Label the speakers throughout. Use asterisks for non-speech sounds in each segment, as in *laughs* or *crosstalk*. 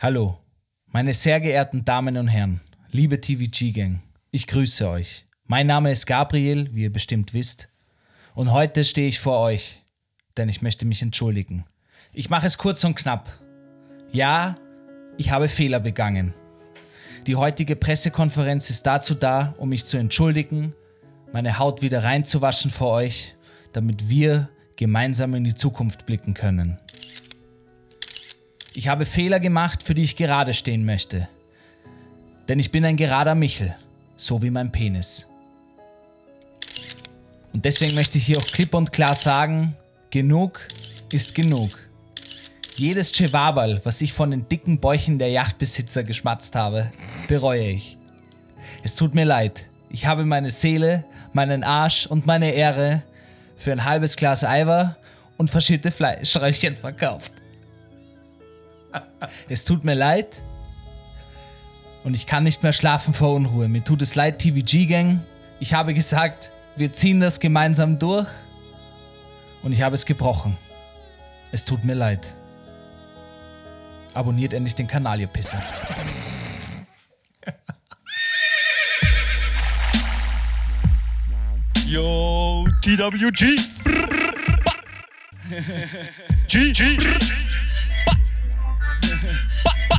Speaker 1: Hallo, meine sehr geehrten Damen und Herren, liebe TVG-Gang, ich grüße euch. Mein Name ist Gabriel, wie ihr bestimmt wisst, und heute stehe ich vor euch, denn ich möchte mich entschuldigen. Ich mache es kurz und knapp. Ja, ich habe Fehler begangen. Die heutige Pressekonferenz ist dazu da, um mich zu entschuldigen, meine Haut wieder reinzuwaschen vor euch, damit wir gemeinsam in die Zukunft blicken können. Ich habe Fehler gemacht, für die ich gerade stehen möchte. Denn ich bin ein gerader Michel, so wie mein Penis. Und deswegen möchte ich hier auch klipp und klar sagen, genug ist genug. Jedes Chewaberl, was ich von den dicken Bäuchen der Yachtbesitzer geschmatzt habe, bereue ich. Es tut mir leid. Ich habe meine Seele, meinen Arsch und meine Ehre für ein halbes Glas Eiver und verschiedene Fleischröllchen verkauft. Es tut mir leid. Und ich kann nicht mehr schlafen vor Unruhe. Mir tut es leid, TVG-Gang. Ich habe gesagt, wir ziehen das gemeinsam durch. Und ich habe es gebrochen. Es tut mir leid. Abonniert endlich den Kanal, ihr Pisser.
Speaker 2: Yo, TWG. Brr, brr, ba. G, G. brr, ba. Ba,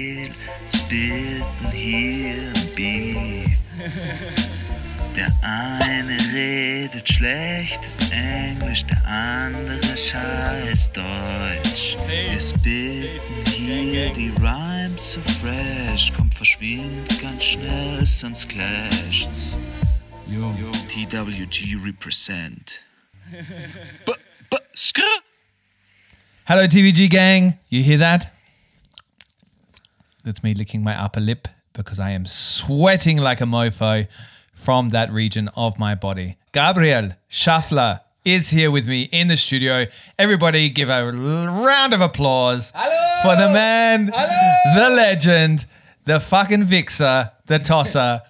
Speaker 3: spitten hier im Beef. Der eine redet schlechtes Englisch, der andere scheiß Deutsch. Wir spitten hier die Rhymes so fresh, kommt verschwind ganz schnell, sonst clasht's. Yo. TWG represent. B -b -skr
Speaker 4: Hello, TVG gang. You hear that? That's me licking my upper lip because I am sweating like a mofo from that region of my body. Gabriel Schaffler is here with me in the studio. Everybody give a l- round of applause for the man, the legend, the fucking vixer, the tosser,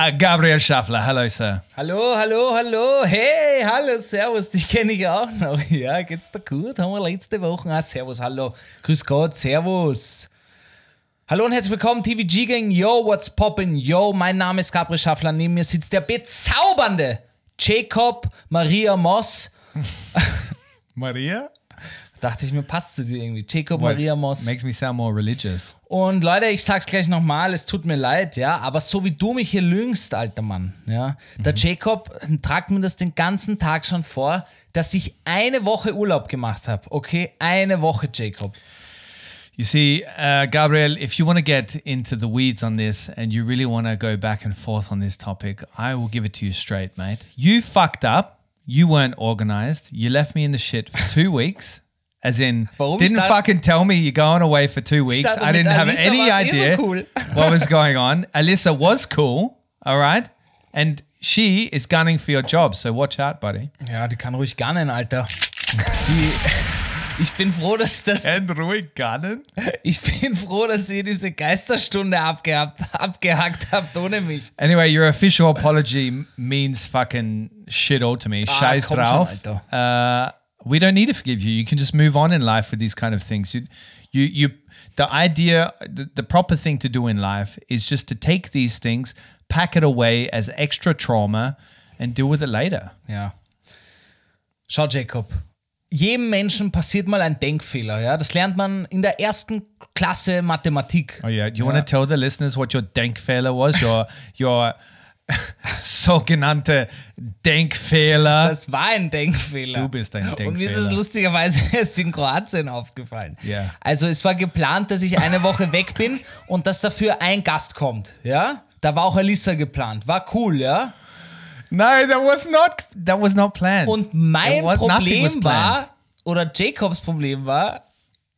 Speaker 4: uh, Gabriel Schaffler. Hello, sir.
Speaker 1: Hallo, hallo, hallo. Hey, hallo, servus. Dich kenne ich auch noch. *laughs* Ja, geht's dir gut? Haben wir letzte Woche auch. Servus, hallo. Grüß Gott, servus. Hallo und herzlich willkommen, TVG Gang. Yo, what's poppin'? Yo, mein Name ist Gabriel Schaffler. Neben mir sitzt der bezaubernde Jacob Maria Moss.
Speaker 4: Maria?
Speaker 1: Dachte ich mir, passt zu dir irgendwie. Jacob Maria Moss.
Speaker 4: Makes me sound more religious.
Speaker 1: Und Leute, ich sag's gleich nochmal, es tut mir leid, ja, aber so wie du mich hier lüngst, alter Mann, ja, der Jacob tragt mir das den ganzen Tag schon vor, dass ich eine Woche Urlaub gemacht habe, okay? Eine Woche, Jacob.
Speaker 4: You see, uh, Gabriel, if you want to get into the weeds on this and you really want to go back and forth on this topic, I will give it to you straight, mate. You fucked up. You weren't organized. You left me in the shit for two *laughs* weeks. As in,
Speaker 1: Warum
Speaker 4: didn't
Speaker 1: start-
Speaker 4: fucking tell me you're going away for two weeks.
Speaker 1: Started
Speaker 4: I didn't
Speaker 1: with
Speaker 4: have
Speaker 1: Alyssa
Speaker 4: any
Speaker 1: was- is it
Speaker 4: idea
Speaker 1: cool? *laughs*
Speaker 4: what was going on. Alyssa was cool, all right? And she is gunning for your job, so watch out, buddy.
Speaker 1: Ja, die kann ruhig garnen, Alter. Die, *laughs* ich bin froh, dass das.
Speaker 4: ruhig gunning?
Speaker 1: Ich bin froh, dass ihr diese Geisterstunde abgehabt, abgehackt habt ohne mich.
Speaker 4: Anyway, your official apology m- means fucking shit all to me. Scheiß
Speaker 1: komm schon,
Speaker 4: drauf. Uh, we don't need to forgive you. You can just move on in life with these kind of things. You, you, you the idea, the, the proper thing to do in life is just to take these things, pack it away as extra trauma, and deal with it later.
Speaker 1: Ja. Schau, Jacob. Jedem Menschen passiert mal ein Denkfehler, ja. Das lernt man in der ersten Klasse Mathematik.
Speaker 4: Oh yeah. Do you want to tell the listeners what your Denkfehler was? Your your *laughs* sogenannte Denkfehler.
Speaker 1: Das war ein Denkfehler.
Speaker 4: Du bist ein
Speaker 1: Und mir ist es
Speaker 4: Denkfehler.
Speaker 1: lustigerweise *laughs* erst in Kroatien aufgefallen.
Speaker 4: Ja.
Speaker 1: Also es war geplant, dass ich eine Woche weg bin und dass dafür ein Gast kommt, ja. Da war auch Alissa geplant. War cool, ja.
Speaker 4: No, that was not that was not planned.
Speaker 1: Und mein
Speaker 4: It was- nothing was
Speaker 1: Problem
Speaker 4: planned.
Speaker 1: war, oder Jacobs Problem war,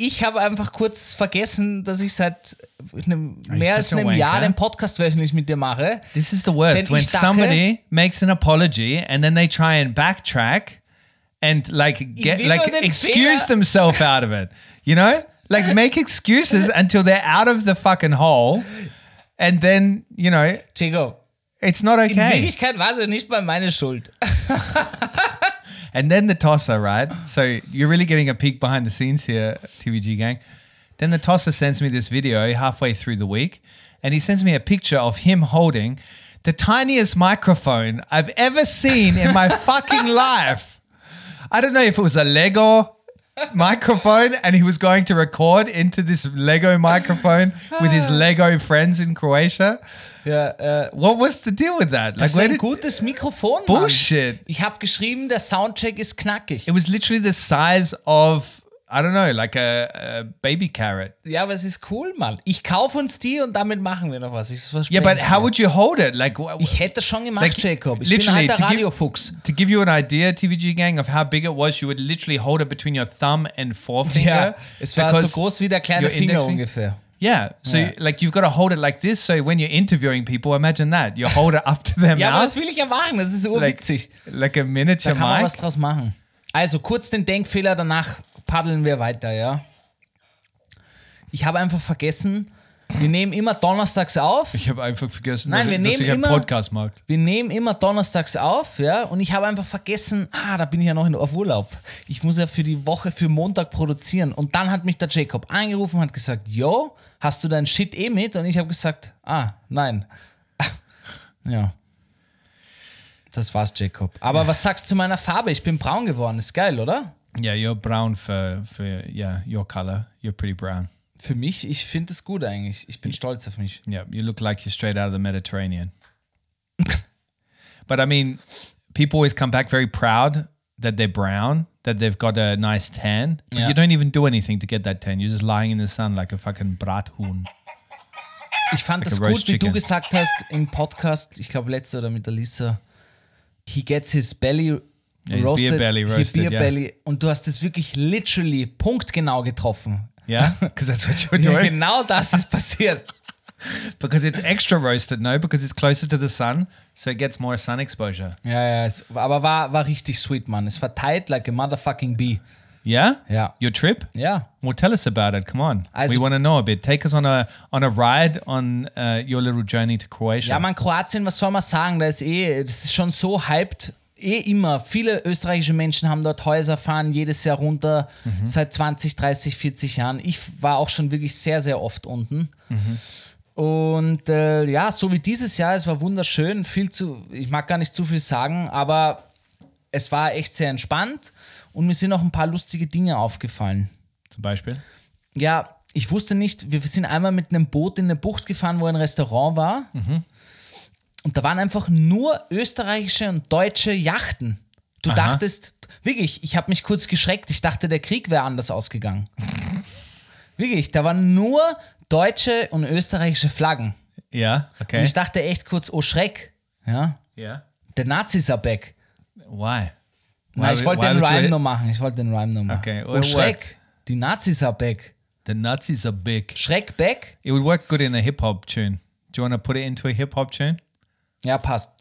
Speaker 1: ich habe einfach kurz vergessen, dass ich seit einem,
Speaker 4: Ah,
Speaker 1: mehr als
Speaker 4: such a
Speaker 1: einem Jahr
Speaker 4: wanker.
Speaker 1: den Podcast wöchentlich mit dir mache.
Speaker 4: This is the worst
Speaker 1: Denn
Speaker 4: when
Speaker 1: ich dachte-
Speaker 4: somebody makes an apology and then they try and backtrack and like get
Speaker 1: will
Speaker 4: like
Speaker 1: nur den
Speaker 4: excuse
Speaker 1: Fehler-
Speaker 4: themselves out of it. You know? Like make excuses until they're out of the fucking hole and then, you know,
Speaker 1: Chico,
Speaker 4: it's not
Speaker 1: in
Speaker 4: okay.
Speaker 1: Wirklichkeit war es ja nicht mal meine Schuld. *laughs*
Speaker 4: And then the tosser, right? So you're really getting a peek behind the scenes here, TVG gang. Then the tosser sends me this video halfway through the week, and he sends me a picture of him holding the tiniest microphone I've ever seen in my fucking life. I don't know if it was a Lego microphone and he was going to record into this Lego microphone with his Lego friends in Croatia.
Speaker 1: Ja, äh,
Speaker 4: What was the deal with that? Like,
Speaker 1: das ist
Speaker 4: where
Speaker 1: ein
Speaker 4: did,
Speaker 1: gutes Mikrofon, Mann.
Speaker 4: Also Bullshit.
Speaker 1: Ich habe geschrieben, der Soundcheck ist knackig.
Speaker 4: It was literally the size of I don't know, like a, a baby carrot.
Speaker 1: Ja, aber es ist cool, Mann. Ich kaufe uns die und damit machen wir noch was. Ich verspreche
Speaker 4: Yeah, but
Speaker 1: es
Speaker 4: how
Speaker 1: dir.
Speaker 4: would you hold it? Like wh-
Speaker 1: Ich hätte schon gemacht,
Speaker 4: Like,
Speaker 1: Jacob. Ich bin
Speaker 4: literally,
Speaker 1: ein alter
Speaker 4: to give-
Speaker 1: Radiofuchs.
Speaker 4: to give you an idea, TVG gang, of how big it was, you would literally hold it between your thumb and forefinger.
Speaker 1: Ja, es war so
Speaker 4: because
Speaker 1: groß wie der kleine
Speaker 4: your index
Speaker 1: Finger
Speaker 4: finger-
Speaker 1: ungefähr.
Speaker 4: Yeah, so you- like you've got to hold it like this. So when you're interviewing people, imagine that you hold it up to their
Speaker 1: Ja, aber das
Speaker 4: mouth,
Speaker 1: will ich ja machen. Das ist
Speaker 4: like
Speaker 1: urwitzig.
Speaker 4: like a
Speaker 1: Da
Speaker 4: miniature
Speaker 1: kann man
Speaker 4: mic.
Speaker 1: was draus machen. Also kurz den Denkfehler, danach paddeln wir weiter, ja. Ich habe einfach vergessen, wir nehmen immer donnerstags auf.
Speaker 4: Ich habe einfach vergessen,
Speaker 1: Nein, wir
Speaker 4: dass
Speaker 1: nehmen
Speaker 4: ich einen
Speaker 1: immer-
Speaker 4: Podcast mache.
Speaker 1: Wir nehmen immer donnerstags auf, ja, und ich habe einfach vergessen, ah, da bin ich ja noch in, auf Urlaub. Ich muss ja für die Woche, für Montag produzieren. Und dann hat mich der Jacob angerufen und hat gesagt, yo, hast du dein Shit eh mit? Und ich habe gesagt, ah, nein. *laughs* ja. Das war's, Jacob. Aber was sagst du zu meiner Farbe? Ich bin braun geworden. Ist geil, oder?
Speaker 4: Yeah, you're brown for for yeah your color. You're pretty brown.
Speaker 1: Für mich, ich finde es gut eigentlich. Ich bin stolz auf mich.
Speaker 4: Yeah, you look like you're straight out of the Mediterranean. *laughs* but I mean, people always come back very proud that they're brown, that they've got a nice tan. But
Speaker 1: Yeah.
Speaker 4: You don't even do anything to get that tan. You're just lying in the sun like a fucking brathoon.
Speaker 1: Ich fand
Speaker 4: Like
Speaker 1: das
Speaker 4: a roast
Speaker 1: gut, wie du
Speaker 4: chicken.
Speaker 1: gesagt hast im Podcast, ich glaube letzte oder mit der Lisa, he gets his belly
Speaker 4: his
Speaker 1: roasted.
Speaker 4: beer belly
Speaker 1: he
Speaker 4: roasted,
Speaker 1: beer
Speaker 4: yeah.
Speaker 1: belly. Und du hast das wirklich literally punktgenau getroffen.
Speaker 4: *laughs* Yeah, because that's what you're
Speaker 1: Ja,
Speaker 4: doing.
Speaker 1: genau das ist passiert.
Speaker 4: *laughs* because it's extra roasted, no? Because it's closer to the sun, so it gets more sun exposure.
Speaker 1: *laughs* Ja, ja, es, aber war, war richtig sweet, Mann. Es verteilt like a motherfucking bee.
Speaker 4: Yeah,
Speaker 1: Ja.
Speaker 4: Your trip?
Speaker 1: Ja.
Speaker 4: Well, tell us about it. Come on,
Speaker 1: As-
Speaker 4: we want to know a bit. Take us on a on a ride on uh, your little journey to Croatia.
Speaker 1: Ja, man, Kroatien, was soll man sagen? Da ist eh, das ist schon so hyped. Eh immer. Viele österreichische Menschen haben dort Häuser, fahren jedes Jahr runter seit 20, 30, 40 Jahren. Ich war auch schon wirklich sehr, sehr oft unten. Und äh, ja, so wie dieses Jahr, es war wunderschön. Viel zu, ich mag gar nicht zu viel sagen, aber es war echt sehr entspannt und mir sind auch ein paar lustige Dinge aufgefallen.
Speaker 4: Zum Beispiel.
Speaker 1: Ja, ich wusste nicht, wir sind einmal mit einem Boot in eine Bucht gefahren, wo ein Restaurant war.
Speaker 4: Mhm.
Speaker 1: Und da waren einfach nur österreichische und deutsche Yachten. Du
Speaker 4: Aha.
Speaker 1: dachtest, wirklich, ich habe mich kurz geschreckt, ich dachte, der Krieg wäre anders
Speaker 4: *laughs*
Speaker 1: ausgegangen. wirklich, da waren nur deutsche und österreichische Flaggen.
Speaker 4: Yeah. Okay.
Speaker 1: Und ich dachte echt kurz, oh Schreck, ja,
Speaker 4: Yeah.
Speaker 1: der Nazis are back.
Speaker 4: Why?
Speaker 1: Nein,
Speaker 4: Why
Speaker 1: ich
Speaker 4: would-
Speaker 1: wollte
Speaker 4: why
Speaker 1: den
Speaker 4: would you-
Speaker 1: Rhyme noch machen, ich wollte den Rhyme noch machen.
Speaker 4: Okay,
Speaker 1: oh
Speaker 4: it
Speaker 1: Schreck,
Speaker 4: worked.
Speaker 1: die Nazis are back.
Speaker 4: The Nazis are big.
Speaker 1: Schreck back?
Speaker 4: It would work good in a hip hop tune. Do you want to put it into a hip hop tune?
Speaker 1: Ja, passt.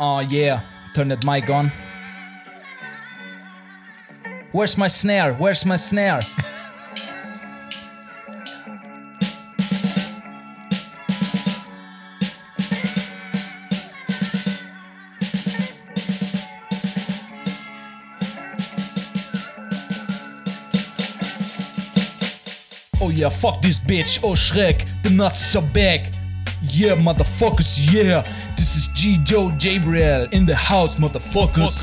Speaker 1: Oh yeah, turn that mic on. Where's my snare? Where's my snare? Oh yeah, fuck this bitch, oh Shrek, the nuts are back. Yeah, motherfuckers, yeah. This is G. Joe Gabriel in the house, motherfuckers.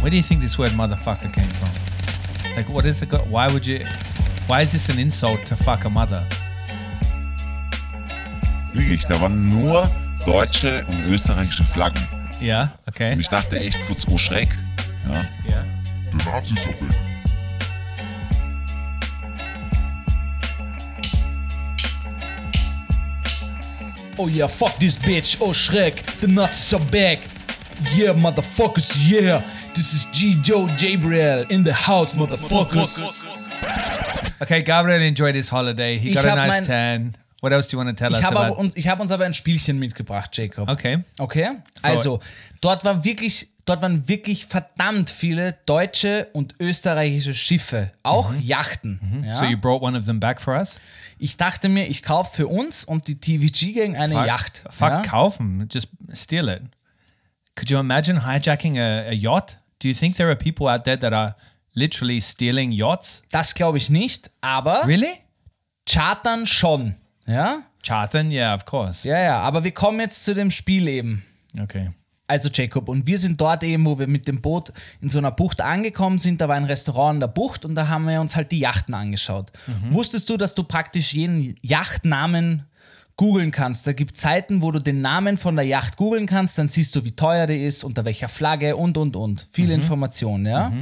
Speaker 4: Where do you think this word motherfucker came from? Like, what is it got? Why would you? Why is this an insult to fuck a mother?
Speaker 5: Wirklich, da waren nur deutsche und österreichische Flaggen.
Speaker 4: Yeah. Okay.
Speaker 5: Und ich dachte echt kurz, oh Schreck. Ja.
Speaker 4: Yeah.
Speaker 1: Oh yeah, fuck this bitch, oh Shrek, the nuts are back. Yeah, motherfuckers, yeah. This is G. Joe Gabriel in the house, motherfuckers.
Speaker 4: Okay, Gabriel enjoyed his holiday. He
Speaker 1: Ich
Speaker 4: got a
Speaker 1: hab
Speaker 4: nice
Speaker 1: mein-
Speaker 4: tan. What else do you want to tell
Speaker 1: Ich
Speaker 4: us
Speaker 1: habe aber
Speaker 4: about?
Speaker 1: uns, ich habe uns aber ein Spielchen mitgebracht, Jacob.
Speaker 4: Okay.
Speaker 1: Okay? Also, dort, war wirklich, dort waren wirklich verdammt viele deutsche und österreichische Schiffe, auch Yachten. Ja?
Speaker 4: Mhm. So you brought one of them back for us?
Speaker 1: ich dachte mir, ich kaufe für uns und die TVG-Gang eine
Speaker 4: fuck,
Speaker 1: Yacht.
Speaker 4: Fuck,
Speaker 1: ja?
Speaker 4: kaufen. Just steal it. Could you imagine hijacking a, a yacht? Do you think there are people out there that are literally stealing yachts?
Speaker 1: Das glaube ich nicht, aber
Speaker 4: Really?
Speaker 1: chartern schon. Ja?
Speaker 4: Chartern? Yeah, of course.
Speaker 1: Ja, ja, aber wir kommen jetzt zu dem Spiel eben.
Speaker 4: Okay.
Speaker 1: Also Jacob, und wir sind dort eben, wo wir mit dem Boot in so einer Bucht angekommen sind. Da war ein Restaurant in der Bucht und da haben wir uns halt die Yachten angeschaut. Wusstest du, dass du praktisch jeden Yachtnamen googeln kannst? Da gibt es Seiten, wo du den Namen von der Yacht googeln kannst, dann siehst du, wie teuer die ist, unter welcher Flagge und, und, und. Viele Informationen, ja.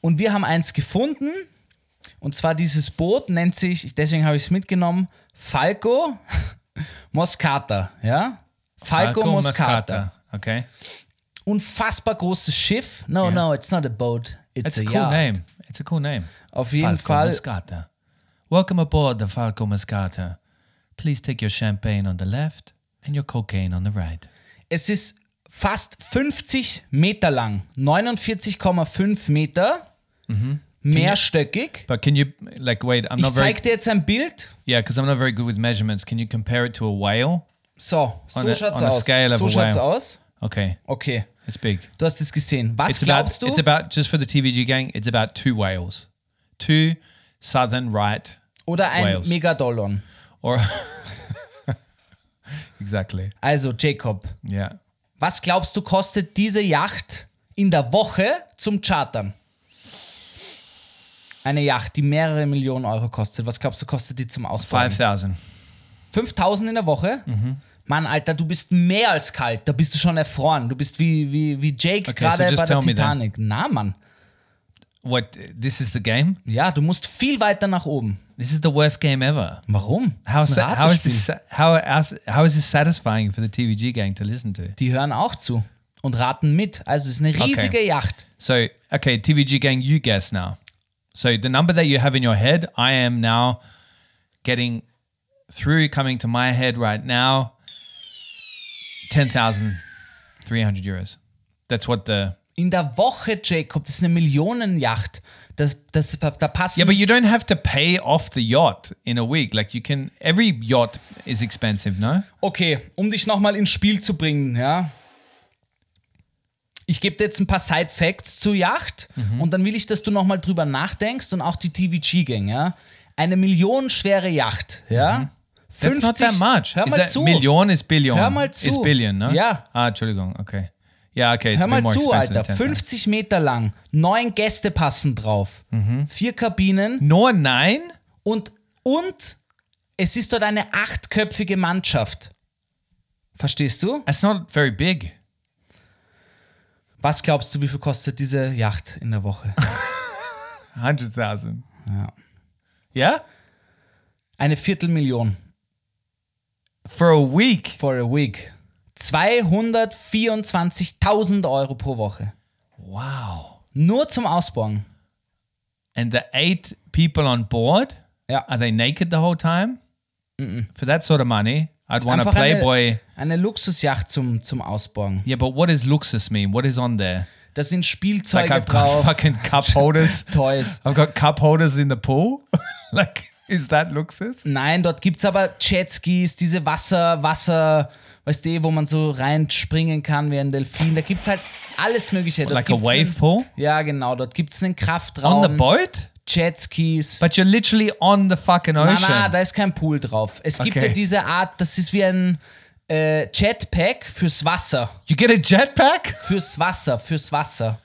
Speaker 1: Und wir haben eins gefunden, und zwar dieses Boot nennt sich, deswegen habe ich es mitgenommen, Falco *laughs* Moscata, ja. Falco,
Speaker 4: Falco
Speaker 1: Moscata
Speaker 4: Okay.
Speaker 1: unfassbar großes Schiff. No, no, it's not a boat. It's
Speaker 4: It's
Speaker 1: a,
Speaker 4: a cool
Speaker 1: yacht.
Speaker 4: name. It's a cool name.
Speaker 1: Auf jeden
Speaker 4: Falco
Speaker 1: Fall.
Speaker 4: Moscata. Welcome aboard the Falco Moscata. Please take your champagne on the left and your cocaine on the right.
Speaker 1: Es ist fast 50 Meter lang. 49,5 Meter. Mehrstöckig.
Speaker 4: But can you, like, wait, I'm
Speaker 1: Ich
Speaker 4: Mhm. not very,
Speaker 1: zeig dir jetzt ein Bild.
Speaker 4: yeah, because I'm not very good with measurements. Can you compare it to a whale?
Speaker 1: So, so
Speaker 4: On a-
Speaker 1: schaut's
Speaker 4: on a
Speaker 1: aus.
Speaker 4: scale of
Speaker 1: So
Speaker 4: a
Speaker 1: schaut's
Speaker 4: whale.
Speaker 1: aus.
Speaker 4: Okay,
Speaker 1: Okay,
Speaker 4: it's big.
Speaker 1: du hast es gesehen. Was
Speaker 4: It's about,
Speaker 1: glaubst
Speaker 4: it's
Speaker 1: du?
Speaker 4: about, just for the TVG gang, it's about two whales. Two southern right
Speaker 1: Oder ein
Speaker 4: Whales.
Speaker 1: Megadolon.
Speaker 4: or. *laughs* exactly.
Speaker 1: Also, Jacob,
Speaker 4: Yeah.
Speaker 1: was glaubst du, kostet diese Yacht in der Woche zum Chartern? Eine Yacht, die mehrere Millionen Euro kostet. Was glaubst du, kostet die zum Ausbauen?
Speaker 4: 5,000.
Speaker 1: 5000 in der Woche?
Speaker 4: Mhm.
Speaker 1: Mann, Alter, du bist mehr als kalt. Da bist du schon erfroren. Du bist wie, wie, wie Jake
Speaker 4: Okay, so
Speaker 1: gerade
Speaker 4: just
Speaker 1: bei der
Speaker 4: tell me then.
Speaker 1: Titanic. Na, Mann.
Speaker 4: What? This is the game?
Speaker 1: Ja, du musst viel weiter nach oben.
Speaker 4: This is the worst game ever.
Speaker 1: Warum?
Speaker 4: How
Speaker 1: Das
Speaker 4: is
Speaker 1: ist ein
Speaker 4: that? How is
Speaker 1: Ratespiel.
Speaker 4: this? How as- how is this satisfying for the TVG gang to listen to?
Speaker 1: Die hören auch zu und raten mit. Also, es ist eine riesige Yacht.
Speaker 4: So okay, TVG gang, you guess now. So the number that you have in your head, I am now getting through, coming to my head right now. Ten thousand three hundred euros. That's what the.
Speaker 1: In der Woche, Jacob, das ist eine Millionenjacht. Das, das, da passen
Speaker 4: Yeah, but you don't have to pay off the yacht in a week. Like you can, every yacht is expensive, no?
Speaker 1: Okay, um dich nochmal ins Spiel zu bringen, ja. Ich gebe dir jetzt ein paar Side-Facts zur Yacht
Speaker 4: Mhm.
Speaker 1: und dann will ich, dass du nochmal drüber nachdenkst und auch die TVG-Gang, ja. Eine millionenschwere Yacht, ja.
Speaker 4: Mhm. That's not that much.
Speaker 1: Hör
Speaker 4: is
Speaker 1: mal
Speaker 4: that
Speaker 1: zu.
Speaker 4: Million is billion.
Speaker 1: Hör mal zu.
Speaker 4: Is billion, ne?
Speaker 1: Ja.
Speaker 4: Ah, Entschuldigung, okay. Ja, okay. It's
Speaker 1: Hör
Speaker 4: been
Speaker 1: mal
Speaker 4: more
Speaker 1: zu,
Speaker 4: expensive
Speaker 1: Alter.
Speaker 4: than 10,000.
Speaker 1: 50 Meter lang, neun Gäste passen drauf,
Speaker 4: Mhm.
Speaker 1: vier Kabinen
Speaker 4: Nur nein?
Speaker 1: und, und es ist dort eine achtköpfige Mannschaft. Verstehst du?
Speaker 4: That's not very big.
Speaker 1: Was glaubst du, wie viel kostet diese Yacht in der Woche?
Speaker 4: 100,000. Yeah.
Speaker 1: Eine Viertelmillion
Speaker 4: For a week.
Speaker 1: for a week. 224.000 Euro pro Woche.
Speaker 4: Wow.
Speaker 1: Nur zum Ausbauen.
Speaker 4: And the eight people on board,
Speaker 1: Ja.
Speaker 4: are they naked the whole time? For that sort of money, I'd want a
Speaker 1: Einfach eine-
Speaker 4: Playboy.
Speaker 1: Eine Luxusjacht zum, zum Ausbauen.
Speaker 4: Yeah, but what does Luxus mean? What is on there?
Speaker 1: Da sind
Speaker 4: Like
Speaker 1: Spielzeuge
Speaker 4: I've got *laughs*
Speaker 1: drauf,
Speaker 4: fucking cup
Speaker 1: *laughs*
Speaker 4: holders.
Speaker 1: Toys.
Speaker 4: I've got cup holders in the pool. *laughs* like, is that Luxus?
Speaker 1: Nein, dort gibt es aber Jetskis, diese Wasser, Wasser, weißt du, wo man so reinspringen kann wie ein Delfin. Da gibt es halt alles Mögliche. Dort
Speaker 4: Like a
Speaker 1: gibt's
Speaker 4: wave
Speaker 1: einen-
Speaker 4: pool?
Speaker 1: Ja, genau. Dort gibt es einen Kraftraum.
Speaker 4: On the boat?
Speaker 1: Jetskis.
Speaker 4: Um, But you're literally on the fucking
Speaker 1: Na,
Speaker 4: ocean.
Speaker 1: na, da ist kein Pool drauf. Es gibt
Speaker 4: Okay.
Speaker 1: ja diese Art, das ist wie ein äh, Jetpack fürs Wasser.
Speaker 4: you get a *laughs* jetpack?
Speaker 1: Fürs Wasser, fürs Wasser.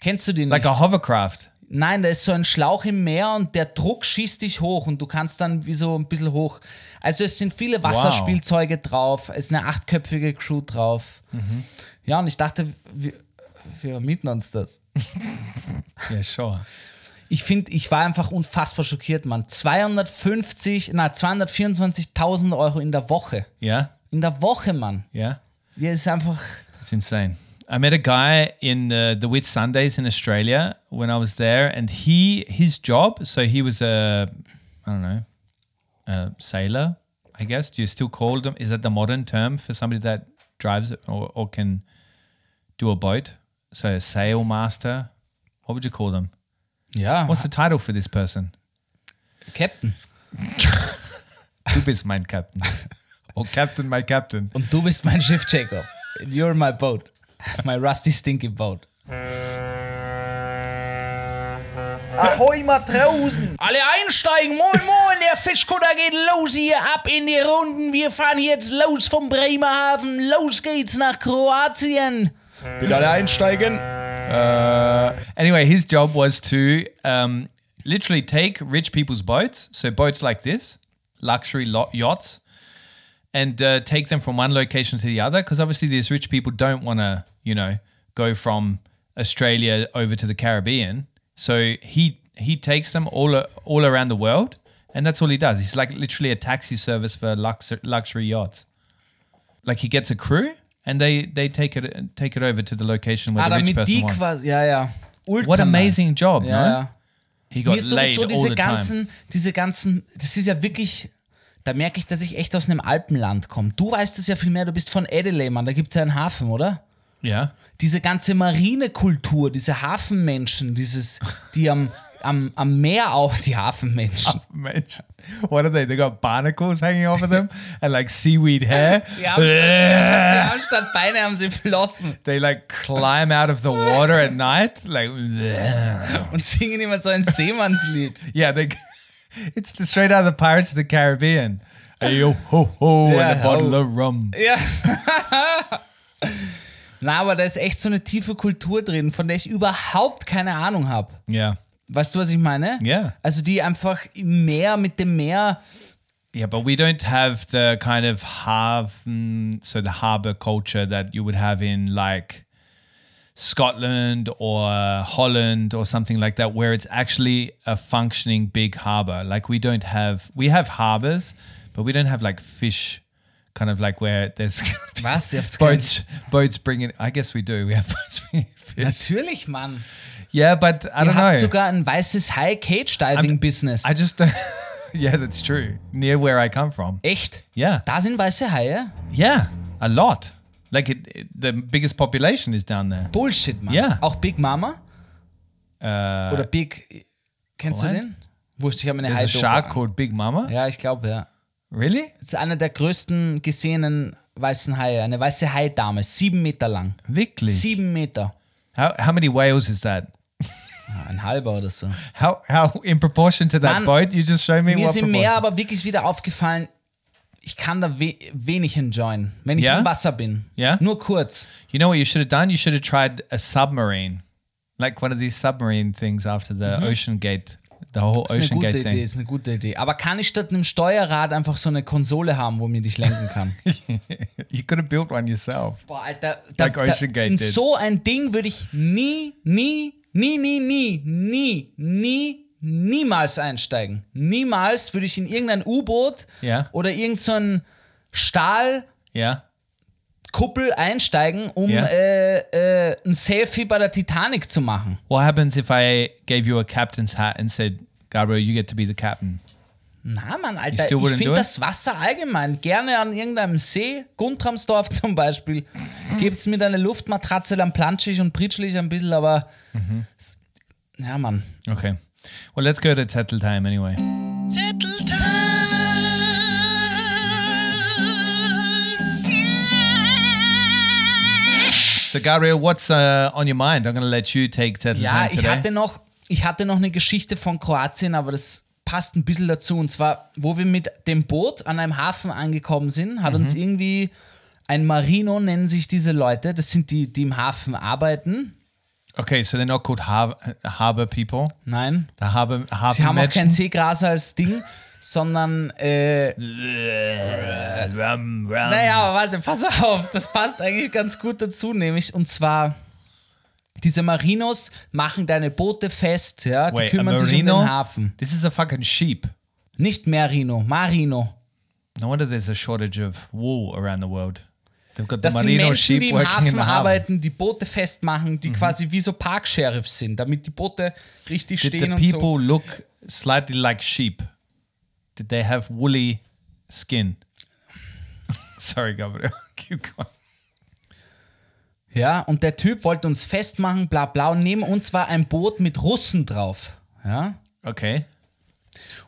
Speaker 1: Kennst du den
Speaker 4: Like a
Speaker 1: nicht?
Speaker 4: hovercraft.
Speaker 1: Nein, da ist so ein Schlauch im Meer und der Druck schießt dich hoch und du kannst dann wie so ein bisschen hoch. Also es sind viele Wasserspielzeuge drauf, es ist eine achtköpfige Crew drauf.
Speaker 4: Mhm.
Speaker 1: Ja, und ich dachte, wir, wir mieten uns das.
Speaker 4: Yeah, sure.
Speaker 1: Ich finde, ich war einfach unfassbar schockiert, Mann. 250, na 224.000 Euro in der Woche.
Speaker 4: Yeah,
Speaker 1: In der Woche, Mann.
Speaker 4: yeah.
Speaker 1: Ja, ist einfach.
Speaker 4: It's insane. I met a guy in the, the Wit Sundays in Australia when I was there, and he his job. So he was a I don't know a sailor, I guess. Do you still call them? Is that the modern term for somebody that drives or, or can do a boat? So a sail master. What would you call them?
Speaker 1: Ja,
Speaker 4: What's the title for this person?
Speaker 1: Captain.
Speaker 4: Du bist mein Captain. or Captain, my Captain.
Speaker 1: Und du bist mein Schiff, Jacob. You're my boat. My rusty, stinky boat.
Speaker 6: Ahoi Matrosen!
Speaker 1: Alle einsteigen, moin moin, der Fischkutter geht los hier, ab in die Runden, wir fahren jetzt los vom Bremerhaven, los geht's nach Kroatien. Bitte alle einsteigen.
Speaker 4: Uh, Anyway, his job was to um, literally take rich people's boats, so boats like this, luxury lo- yachts, and uh, take them from one location to the other. Because obviously, these rich people don't want to, you know, go from Australia over to the Caribbean. So he he takes them all a- all around the world, and that's all he does. He's like literally a taxi service for lux- luxury yachts. Like he gets a crew. And they, they take it take it over to the location where
Speaker 1: Ah,
Speaker 4: the rich
Speaker 1: damit
Speaker 4: person
Speaker 1: die
Speaker 4: wants.
Speaker 1: quasi, ja, ja. Ultra
Speaker 4: What amazing job,
Speaker 1: Ja,
Speaker 4: no?
Speaker 1: ja.
Speaker 4: He
Speaker 1: Hier
Speaker 4: got
Speaker 1: ist
Speaker 4: laid
Speaker 1: sowieso
Speaker 4: all
Speaker 1: diese
Speaker 4: the time.
Speaker 1: ganzen, diese ganzen, das ist ja wirklich, da merke ich, dass ich echt aus einem Alpenland komme. Du weißt es ja viel mehr, du bist von Adelaide, Mann, da gibt's ja einen Hafen, oder?
Speaker 4: Yeah.
Speaker 1: diese ganze Marinekultur, diese Hafenmenschen, dieses, die am, am, am Meer auch die
Speaker 4: *laughs*
Speaker 1: Hafenmenschen.
Speaker 4: Imagine. What are they? They got barnacles hanging off of them *laughs* and like seaweed
Speaker 1: *laughs*
Speaker 4: hair.
Speaker 1: Sie haben, *laughs* statt, sie haben statt Beine haben sie Flossen
Speaker 4: they like climb out of the water at night. Like, *laughs*
Speaker 1: und singen immer so ein Seemannslied.
Speaker 4: yeah, they. *laughs* It's the straight out of Pirates of the Caribbean. Ayo ho ho
Speaker 1: Yeah,
Speaker 4: and a bottle
Speaker 1: ho.
Speaker 4: of rum.
Speaker 1: Ja. Na, aber da ist echt so eine tiefe Kultur drin, von der ich überhaupt keine Ahnung habe.
Speaker 4: Yeah,
Speaker 1: Weißt du, was ich meine?
Speaker 4: Ja.
Speaker 1: Also die einfach im Meer mit dem Meer.
Speaker 4: yeah, but we don't have the kind of haven, so the harbor culture that you would have in like Scotland or Holland or something like that, where it's actually a functioning big harbor. Like we don't have, we have harbors, but we don't have like fish, kind of like where there's *laughs*
Speaker 1: Was? Ihr habt's
Speaker 4: boats, boats bringing. I guess we do. We have *laughs* boats bringing fish.
Speaker 1: Natürlich, Mann.
Speaker 4: Yeah, but I
Speaker 1: Ihr
Speaker 4: don't
Speaker 1: habt
Speaker 4: know.
Speaker 1: sogar ein weißes High-Cage-Diving-Business.
Speaker 4: I just, *laughs* yeah, that's true. Near where I come from.
Speaker 1: Echt?
Speaker 4: Yeah,
Speaker 1: Da sind weiße Haie?
Speaker 4: yeah, a lot. Like it, it- the biggest population is down there.
Speaker 1: Bullshit, Mann.
Speaker 4: Ja.
Speaker 1: Auch Big Mama
Speaker 4: Uh,
Speaker 1: oder Big. Kennst
Speaker 4: what?
Speaker 1: du den? Wurscht, ich habe eine
Speaker 4: there's
Speaker 1: Haidoko
Speaker 4: a shark
Speaker 1: an.
Speaker 4: called Big Mama.
Speaker 1: Ja, ich glaube, ja.
Speaker 4: Really?
Speaker 1: Das ist einer der größten gesehenen weißen Haie. Eine weiße Haidame, sieben Meter lang.
Speaker 4: Wirklich?
Speaker 1: Sieben Meter.
Speaker 4: How how many whales is that?
Speaker 1: Ein halber oder so.
Speaker 4: How how *laughs* in proportion to that
Speaker 1: Man,
Speaker 4: boat you just showed me?
Speaker 1: Mir
Speaker 4: what
Speaker 1: ist im Meer
Speaker 4: proportion?
Speaker 1: aber wirklich wieder aufgefallen, ich kann da we wenig enjoyen, wenn ich
Speaker 4: Ja?
Speaker 1: im Wasser bin.
Speaker 4: Ja?
Speaker 1: Nur kurz.
Speaker 4: You know what you should have done? You should have tried a submarine, like one of these submarine things after the Ocean Gate, the whole
Speaker 1: Das ist eine
Speaker 4: Ocean
Speaker 1: gute
Speaker 4: Gate
Speaker 1: Idee,
Speaker 4: thing.
Speaker 1: ist eine gute Idee. Aber kann ich statt einem Steuerrad einfach so eine Konsole haben, womit ich lenken
Speaker 4: *laughs*
Speaker 1: kann?
Speaker 4: You could have built one yourself.
Speaker 1: Boah, Alter, da,
Speaker 4: Like
Speaker 1: da,
Speaker 4: Ocean Gate
Speaker 1: in
Speaker 4: did.
Speaker 1: so ein Ding würde ich nie, nie, nie, nie, nie, nie, nie, niemals einsteigen. Niemals würde ich in irgendein U-Boot
Speaker 4: Ja.
Speaker 1: oder irgendein Stahlkuppel
Speaker 4: Yeah.
Speaker 1: einsteigen, um
Speaker 4: Ja.
Speaker 1: äh, äh, ein Selfie bei der Titanic zu machen.
Speaker 4: What happens if I gave you a captain's hat and said, Gabriel, you get to be the captain?
Speaker 1: Na, Mann,
Speaker 4: You
Speaker 1: Alter,
Speaker 4: still
Speaker 1: ich
Speaker 4: wouldn't do
Speaker 1: finde
Speaker 4: it?
Speaker 1: das Wasser allgemein gerne an irgendeinem See, Guntramsdorf *laughs* zum Beispiel, gibt's mit einer Luftmatratze, dann plansche ich und pritschle ich ein bisschen, aber Mhm. ja, Mann.
Speaker 4: Okay. Well, let's go to Tettle time anyway. So, Gabriel, what's uh, on your mind? I'm going to let you take Tettle
Speaker 1: Ja,
Speaker 4: time
Speaker 1: ich
Speaker 4: today.
Speaker 1: hatte, noch, ich hatte noch eine Geschichte von Kroatien, aber das passt ein bisschen dazu. Und zwar, wo wir mit dem Boot an einem Hafen angekommen sind, hat uns irgendwie ein Marino, nennen sich diese Leute, das sind die, die im Hafen arbeiten.
Speaker 4: okay, so they're not called har- harbor people.
Speaker 1: Nein,
Speaker 4: The harbor, harbor
Speaker 1: sie haben auch kein Seegras als Ding, sondern, äh,
Speaker 4: Rum, rum.
Speaker 1: naja, aber warte, pass auf, das passt eigentlich ganz gut dazu, nämlich, und zwar... Diese Marinos machen deine Boote fest, ja, die
Speaker 4: Wait, a
Speaker 1: kümmern sich um den
Speaker 4: merino?
Speaker 1: Hafen.
Speaker 4: This is a fucking sheep.
Speaker 1: Nicht Merino, Marino.
Speaker 4: No wonder there's a shortage of wool around the world. They've got the
Speaker 1: Das sind
Speaker 4: merino
Speaker 1: Menschen,
Speaker 4: sheep
Speaker 1: die im
Speaker 4: working in
Speaker 1: Hafen
Speaker 4: the harbor.
Speaker 1: arbeiten, die Boote festmachen,
Speaker 4: Mhm.
Speaker 1: die quasi wie so Parksheriffs sind, damit die Boote richtig
Speaker 4: Did
Speaker 1: stehen
Speaker 4: the
Speaker 1: und so.
Speaker 4: people look slightly like sheep? Did they have woolly skin? *laughs* Sorry, Gabriel. *laughs* Keep going.
Speaker 1: Ja, und der Typ wollte uns festmachen, bla bla. Und neben uns war ein Boot mit Russen drauf. Ja.
Speaker 4: Okay.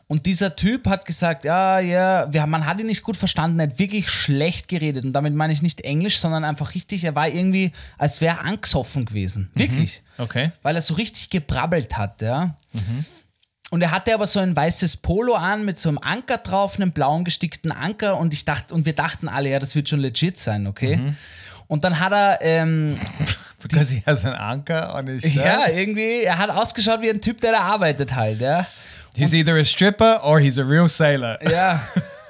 Speaker 1: Und dieser Typ hat gesagt, ja, ja, wir, man hat ihn nicht gut verstanden, er hat wirklich schlecht geredet. Und damit meine ich nicht Englisch, sondern einfach richtig, er war irgendwie, als wäre er angesoffen gewesen. Wirklich.
Speaker 4: Okay.
Speaker 1: Weil er so richtig gebrabbelt hat, ja. Und er hatte aber so ein weißes Polo an mit so einem Anker drauf, einem blauen gestickten Anker. Und ich dachte, und wir dachten alle, ja, das wird schon legit sein, okay? Und dann hat er, ähm,
Speaker 4: Because he has an anchor on his shirt.
Speaker 1: *laughs* ja, irgendwie, er hat ausgeschaut wie ein Typ, der da arbeitet halt, ja.
Speaker 4: He's either a stripper or he's a real sailor.
Speaker 1: Ja.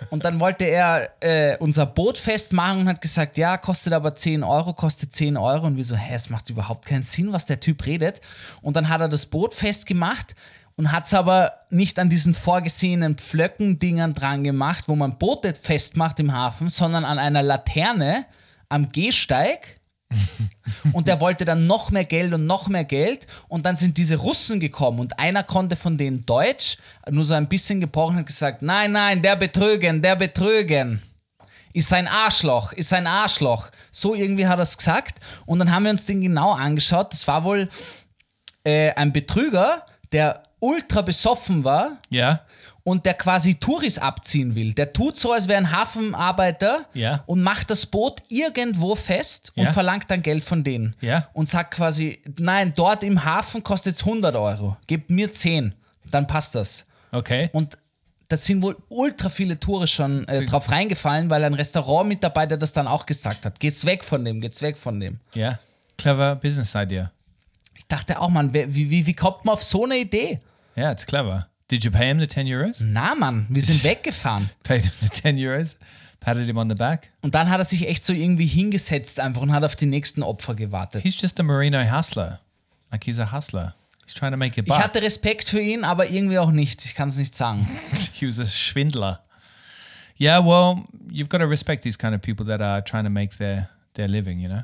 Speaker 1: Und dann wollte er äh, unser Boot festmachen und hat gesagt, ja, kostet aber 10 Euro, kostet 10 Euro. Und wir so, hä, es macht überhaupt keinen Sinn, was der Typ redet. Und dann hat er das Boot festgemacht und hat es aber nicht an diesen vorgesehenen Pflöckendingern dran gemacht, wo man Boote festmacht im Hafen, sondern an einer Laterne am Gehsteig. und der wollte dann noch mehr Geld und noch mehr Geld. Und dann sind diese Russen gekommen und einer konnte von denen Deutsch, nur so ein bisschen gebrochen, hat gesagt: Nein, nein, der Betrügen, der Betrügen. Ist ein Arschloch, ist ein Arschloch. So irgendwie hat er es gesagt. Und dann haben wir uns den genau angeschaut. Das war wohl äh, ein Betrüger, der ultra besoffen war
Speaker 4: Yeah.
Speaker 1: und der quasi Touris abziehen will. Der tut so, als wäre ein Hafenarbeiter
Speaker 4: Ja.
Speaker 1: und macht das Boot irgendwo fest und
Speaker 4: Ja.
Speaker 1: verlangt dann Geld von denen.
Speaker 4: Ja.
Speaker 1: Und sagt quasi, nein, dort im Hafen kostet es 100 Euro, gebt mir 10, dann passt das.
Speaker 4: Okay.
Speaker 1: Und da sind wohl ultra viele Touristen schon äh, drauf reingefallen, weil ein Restaurantmitarbeiter das dann auch gesagt hat. Geht's weg von dem, geht's weg von dem.
Speaker 4: Yeah. Clever business idea.
Speaker 1: Ich dachte auch, Mann, wer- wie, wie, wie kommt man auf so eine Idee?
Speaker 4: Yeah, it's clever. Did you pay him the 10 euros?
Speaker 1: Na, Mann, wir sind weggefahren.
Speaker 4: Paid him the 10 euros. Patted him on the back.
Speaker 1: Und dann hat er sich echt so irgendwie hingesetzt einfach und hat auf die nächsten Opfer gewartet.
Speaker 4: He's just a merino hustler. Like he's a hustler. He's trying to make a
Speaker 1: Ich
Speaker 4: buck.
Speaker 1: hatte Respekt für ihn, aber irgendwie auch nicht. Ich kann es nicht sagen.
Speaker 4: he was a schwindler. Yeah, well, you've got to respect these kind of people that are trying to make their their living, you know.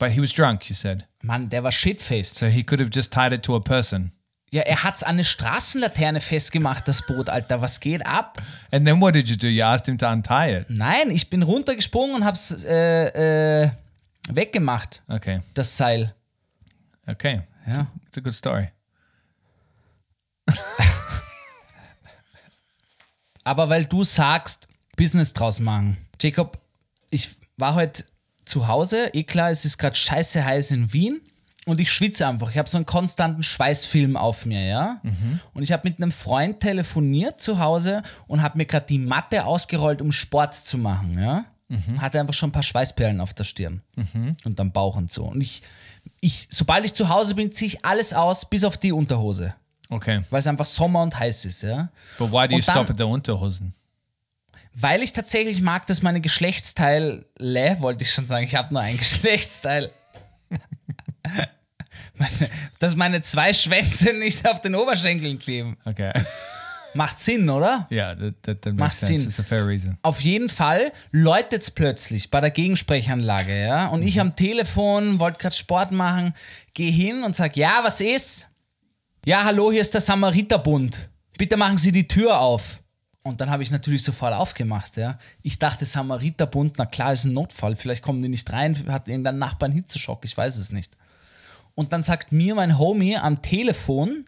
Speaker 4: But he was drunk, you said,
Speaker 1: Mann, der war shitfaced.
Speaker 4: so he could have just tied it to a person.
Speaker 1: Ja, er hat's an eine Straßenlaterne festgemacht, das Boot, Alter. Was geht ab?
Speaker 4: And then what did you do? You asked him to untie it.
Speaker 1: Nein, ich bin runtergesprungen und hab's äh, äh, weggemacht,
Speaker 4: Okay,
Speaker 1: das Seil.
Speaker 4: okay, it's,
Speaker 1: Yeah.
Speaker 4: a, it's a good story.
Speaker 1: Aber weil du sagst, Business draus machen. Jacob, ich war heute zu Hause. Eh klar, es ist gerade scheiße heiß in Wien. Und ich schwitze einfach. Ich habe so einen konstanten Schweißfilm auf mir, ja. Und ich habe mit einem Freund telefoniert zu Hause und habe mir gerade die Matte ausgerollt, um Sport zu machen, ja. Hatte einfach schon ein paar Schweißperlen auf der Stirn und am Bauch und so. Und ich, ich, sobald ich zu Hause bin, ziehe ich alles aus, bis auf die Unterhose,
Speaker 4: Okay,
Speaker 1: weil es einfach Sommer und heiß ist, ja.
Speaker 4: but why do you
Speaker 1: Und dann-
Speaker 4: stop at the Unterhosen?
Speaker 1: Weil ich tatsächlich mag, dass meine Geschlechtsteile, wollte ich schon sagen, ich habe nur ein *laughs* Geschlechtsteil, meine, dass meine zwei Schwänze nicht auf den Oberschenkeln kleben.
Speaker 4: Okay, *laughs*
Speaker 1: Macht Sinn, oder?
Speaker 4: yeah, that, that, that
Speaker 1: Macht
Speaker 4: makes sense.
Speaker 1: Sinn.
Speaker 4: It's a fair reason.
Speaker 1: Auf jeden Fall läutet's plötzlich bei der Gegensprechanlage, ja. Und ich am Telefon, wollte gerade Sport machen, gehe hin und sag, ja, was ist? Ja, hallo, hier ist der Samariterbund. Bitte machen Sie die Tür auf. Und dann habe ich natürlich sofort aufgemacht, ja. Ich dachte, Samariterbund, na klar, ist ein Notfall. Vielleicht kommen die nicht rein, hat irgendein Nachbar einen Hitzeschock, ich weiß es nicht. Und dann sagt mir mein Homie am Telefon,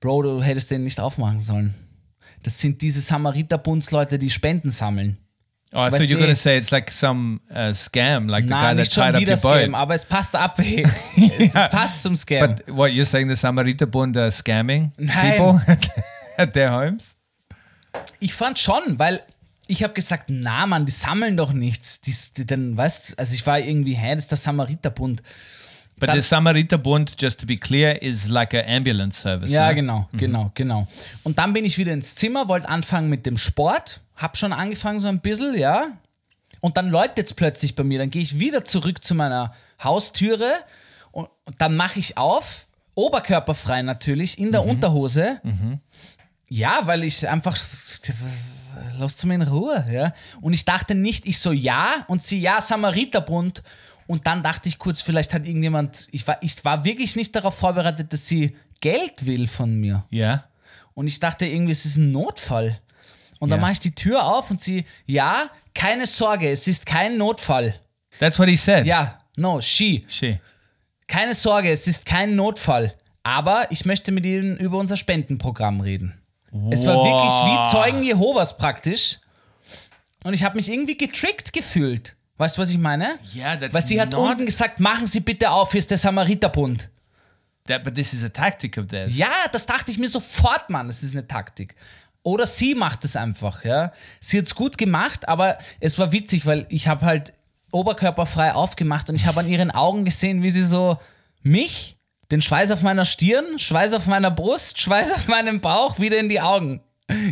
Speaker 1: Bro, du hättest den nicht aufmachen sollen. Das sind diese Samariterbundsleute, die Spenden sammeln.
Speaker 4: Oh, I thought
Speaker 1: Weißt
Speaker 4: you were gonna
Speaker 1: du-
Speaker 4: say it's like some uh, scam, like the guy
Speaker 1: Nein,
Speaker 4: that
Speaker 1: nicht schon
Speaker 4: tied up
Speaker 1: wieder
Speaker 4: your boat.
Speaker 1: Scam, Oh, aber es passt ab. es, es passt zum Scam.
Speaker 4: But what you're saying, the Samariterbund are scamming
Speaker 1: Nein.
Speaker 4: people *laughs* at their homes?
Speaker 1: ich fand schon, weil ich habe gesagt, na Mann, die sammeln doch nichts. Die, die, dann, weißt also ich war irgendwie, hä, das ist der Samariterbund.
Speaker 4: But
Speaker 1: Dann-
Speaker 4: the Samariterbund, just to be clear, is like an ambulance service.
Speaker 1: Ja,
Speaker 4: no?
Speaker 1: genau, genau, genau. Und dann bin ich wieder ins Zimmer, wollte anfangen mit dem Sport, hab schon angefangen so ein bisschen, ja. Und dann läutet es plötzlich bei mir. Dann gehe ich wieder zurück zu meiner Haustüre und, und dann mache ich auf, oberkörperfrei natürlich, in der Unterhose. Ja, weil ich einfach lasst mich in Ruhe. Ja? Und ich dachte nicht, ich so, ja, und sie, ja, Samariterbund. Und dann dachte ich kurz, vielleicht hat irgendjemand, ich war, ich war wirklich nicht darauf vorbereitet, dass sie Geld will von mir.
Speaker 4: Ja.
Speaker 1: Und ich dachte irgendwie, es ist ein Notfall. Und dann
Speaker 4: Ja.
Speaker 1: mache ich die Tür auf und sie, ja, keine Sorge, es ist kein Notfall.
Speaker 4: That's what he said.
Speaker 1: Ja, no, she.
Speaker 4: She.
Speaker 1: Keine Sorge, es ist kein Notfall. Aber ich möchte mit Ihnen über unser Spendenprogramm reden. Es war wirklich wie Zeugen Jehovas praktisch. Und ich habe mich irgendwie getrickt gefühlt. Weißt du, was ich meine?
Speaker 4: Yeah, that's
Speaker 1: Weil sie hat
Speaker 4: not-
Speaker 1: unten gesagt, machen Sie bitte auf, hier ist der Samariterbund.
Speaker 4: That, but this is a tactic of theirs.
Speaker 1: Ja, das dachte ich mir sofort, Mann, das ist eine Taktik. Oder sie macht es einfach, ja. Sie hat es gut gemacht, aber es war witzig, weil ich habe halt oberkörperfrei aufgemacht und ich habe an ihren Augen gesehen, wie sie so mich, den Schweiß auf meiner Stirn, Schweiß auf meiner Brust, Schweiß auf meinem Bauch, wieder in die Augen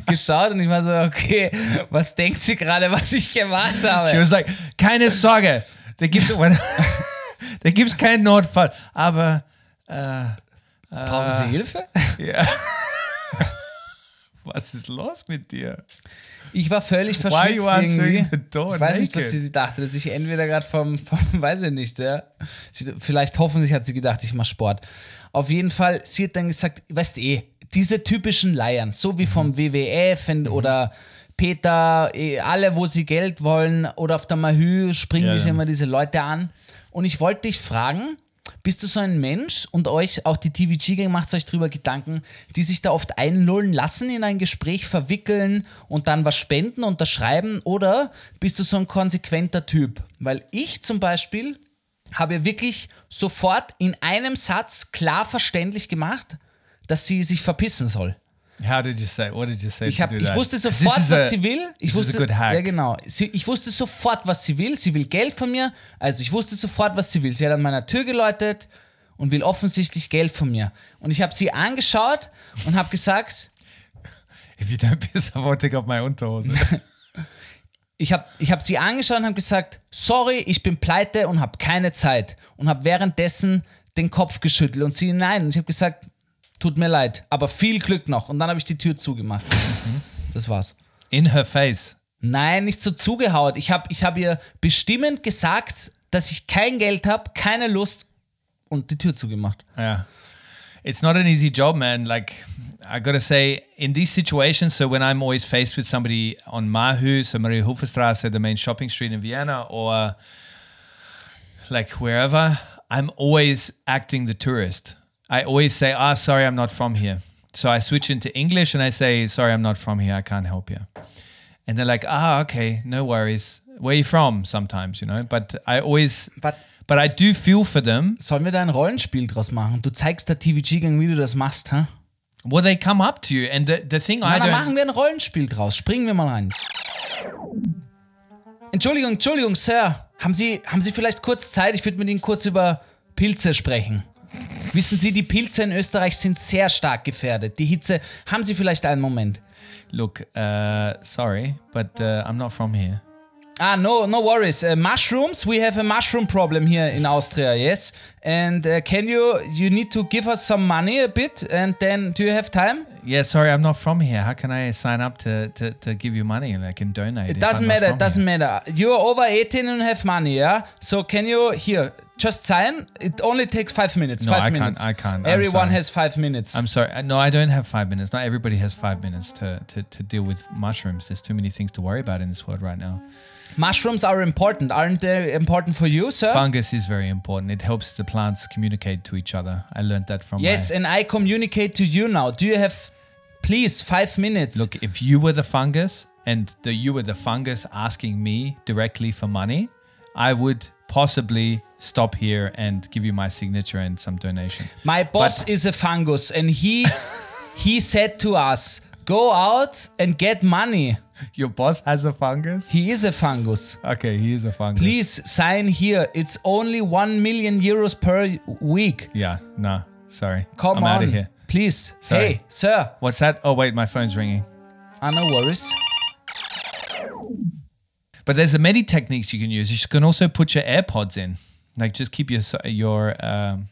Speaker 1: geschaut und ich war so, okay, was denkt sie gerade, was ich gemacht habe?
Speaker 4: She was like, keine Sorge. Da gibt's, *laughs* da gibt's keinen Notfall. Aber
Speaker 1: Brauchen Sie Hilfe?
Speaker 4: was ist los mit dir?
Speaker 1: Ich war völlig
Speaker 4: Why you
Speaker 1: verschwitzt
Speaker 4: answering
Speaker 1: irgendwie.
Speaker 4: the door
Speaker 1: Ich weiß nicht, was
Speaker 4: naked?
Speaker 1: sie sie dachte, dass ich entweder gerade vom, vom, *laughs* weiß ich nicht, ja. Sie, vielleicht hoffentlich hat sie gedacht, ich mache Sport. Auf jeden Fall, sie hat dann gesagt, weißt eh, diese typischen Leiern, so
Speaker 4: Mhm.
Speaker 1: wie vom WWF und, oder Peter, eh, alle, wo sie Geld wollen oder auf der Mahü springen
Speaker 4: Ja,
Speaker 1: dich
Speaker 4: ja.
Speaker 1: immer diese Leute an. Und ich wollte dich fragen, bist du so ein Mensch und euch, auch die TVG-Gang macht euch drüber Gedanken, die sich da oft einlullen lassen, in ein Gespräch verwickeln und dann was spenden, unterschreiben oder bist du so ein konsequenter Typ? Weil ich zum Beispiel habe wirklich sofort in einem Satz klar verständlich gemacht, dass sie sich verpissen soll.
Speaker 4: How did you say? What did you say?
Speaker 1: Ich,
Speaker 4: to
Speaker 1: hab,
Speaker 4: do
Speaker 1: ich
Speaker 4: that?
Speaker 1: wusste
Speaker 4: This
Speaker 1: sofort,
Speaker 4: is
Speaker 1: was
Speaker 4: a-
Speaker 1: sie will. Ich
Speaker 4: this is a
Speaker 1: wusste,
Speaker 4: good hack.
Speaker 1: Ja, genau. Sie, ich wusste sofort, was sie will. Sie will Geld von mir. Also ich wusste sofort, was sie will. Sie hat an meiner Tür geläutet und will offensichtlich Geld von mir. Und ich habe sie angeschaut und habe gesagt,
Speaker 4: If you don't *laughs* piss, I won't take off
Speaker 1: *laughs*
Speaker 4: my Unterhose.
Speaker 1: ich habe ich hab sie angeschaut und habe gesagt, sorry, ich bin pleite und habe keine Zeit. Und habe währenddessen den Kopf geschüttelt und sie nein. Und ich habe gesagt, tut mir leid, aber viel Glück noch. Und dann habe ich die Tür zugemacht.
Speaker 4: Mhm.
Speaker 1: Das war's.
Speaker 4: In her face.
Speaker 1: Nein, nicht so zugehaut. Ich habe ich hab ihr bestimmend gesagt, dass ich kein Geld habe, keine Lust und die Tür zugemacht.
Speaker 4: Yeah. It's not an easy job, man. Like, I gotta say, in these situations, so when I'm always faced with somebody on Mahu, so Maria Hofstrasse, the main shopping street in Vienna, or like wherever, I'm always acting the tourist. I always say, ah, sorry, I'm not from here. So I switch into English and I say, sorry, I'm not from here. I can't help you. And they're like, ah, okay, no worries. Where you from? Sometimes, you know, but I always,
Speaker 1: But-
Speaker 4: but I do feel for them.
Speaker 1: Sollen wir da ein Rollenspiel draus machen? Du zeigst der TVG-Gang, wie du das machst, hä?
Speaker 4: Well, they come up to you, and the, the thing
Speaker 1: Na,
Speaker 4: I
Speaker 1: dann
Speaker 4: don't.
Speaker 1: machen wir ein Rollenspiel draus. Springen wir mal rein. Entschuldigung, Entschuldigung, Sir. Haben Sie, haben Sie vielleicht kurz Zeit? Ich würde mit Ihnen kurz über Pilze sprechen. Wissen Sie, die Pilze in Österreich sind sehr stark gefährdet. Die Hitze. Haben Sie vielleicht einen Moment?
Speaker 4: Look, uh, sorry, but uh, I'm not from here.
Speaker 1: Ah, no, no worries. Uh, mushrooms. We have a mushroom problem here in Austria. Yes, and uh, can you? You need to give us some money a bit, and then do you have time?
Speaker 4: Yeah, sorry, I'm not from here. How can I sign up to, to, to give you money and I can donate?
Speaker 1: It doesn't matter. It doesn't matter. You are over 18 and have money, yeah. So can you here? Just sign. It only takes five minutes.
Speaker 4: No,
Speaker 1: five
Speaker 4: I can't-
Speaker 1: minutes.
Speaker 4: I can't. I'm
Speaker 1: Everyone
Speaker 4: sorry.
Speaker 1: has five minutes.
Speaker 4: I'm sorry. Uh, No, I don't have five minutes. Not everybody has five minutes to, to, to deal with mushrooms. There's too many things to worry about in this world right now.
Speaker 1: Mushrooms are important, aren't they? Important for you, sir?
Speaker 4: Fungus is very important. It helps the plants communicate to each other. I learned that from my-
Speaker 1: Yes, and I communicate to you now. Do you have, please, five minutes?
Speaker 4: Look, if you were the fungus and the, you were the fungus asking me directly for money, I would possibly stop here and give you my signature and some donation.
Speaker 1: My boss is a fungus, and he he said to us, "Go out and get money."
Speaker 4: *laughs* Your boss has a fungus?
Speaker 1: He is a fungus.
Speaker 4: Okay, he is a fungus.
Speaker 1: Please sign here. It's only one million euros per week.
Speaker 4: Yeah, no, sorry.
Speaker 1: Come
Speaker 4: I'm
Speaker 1: on,
Speaker 4: out of here.
Speaker 1: please.
Speaker 4: Sorry.
Speaker 1: Hey, sir.
Speaker 4: What's that? Oh, wait, my phone's ringing.
Speaker 1: Ah, no worries.
Speaker 4: But there's many techniques you can use. You can also put your AirPods in. Like just keep your your um,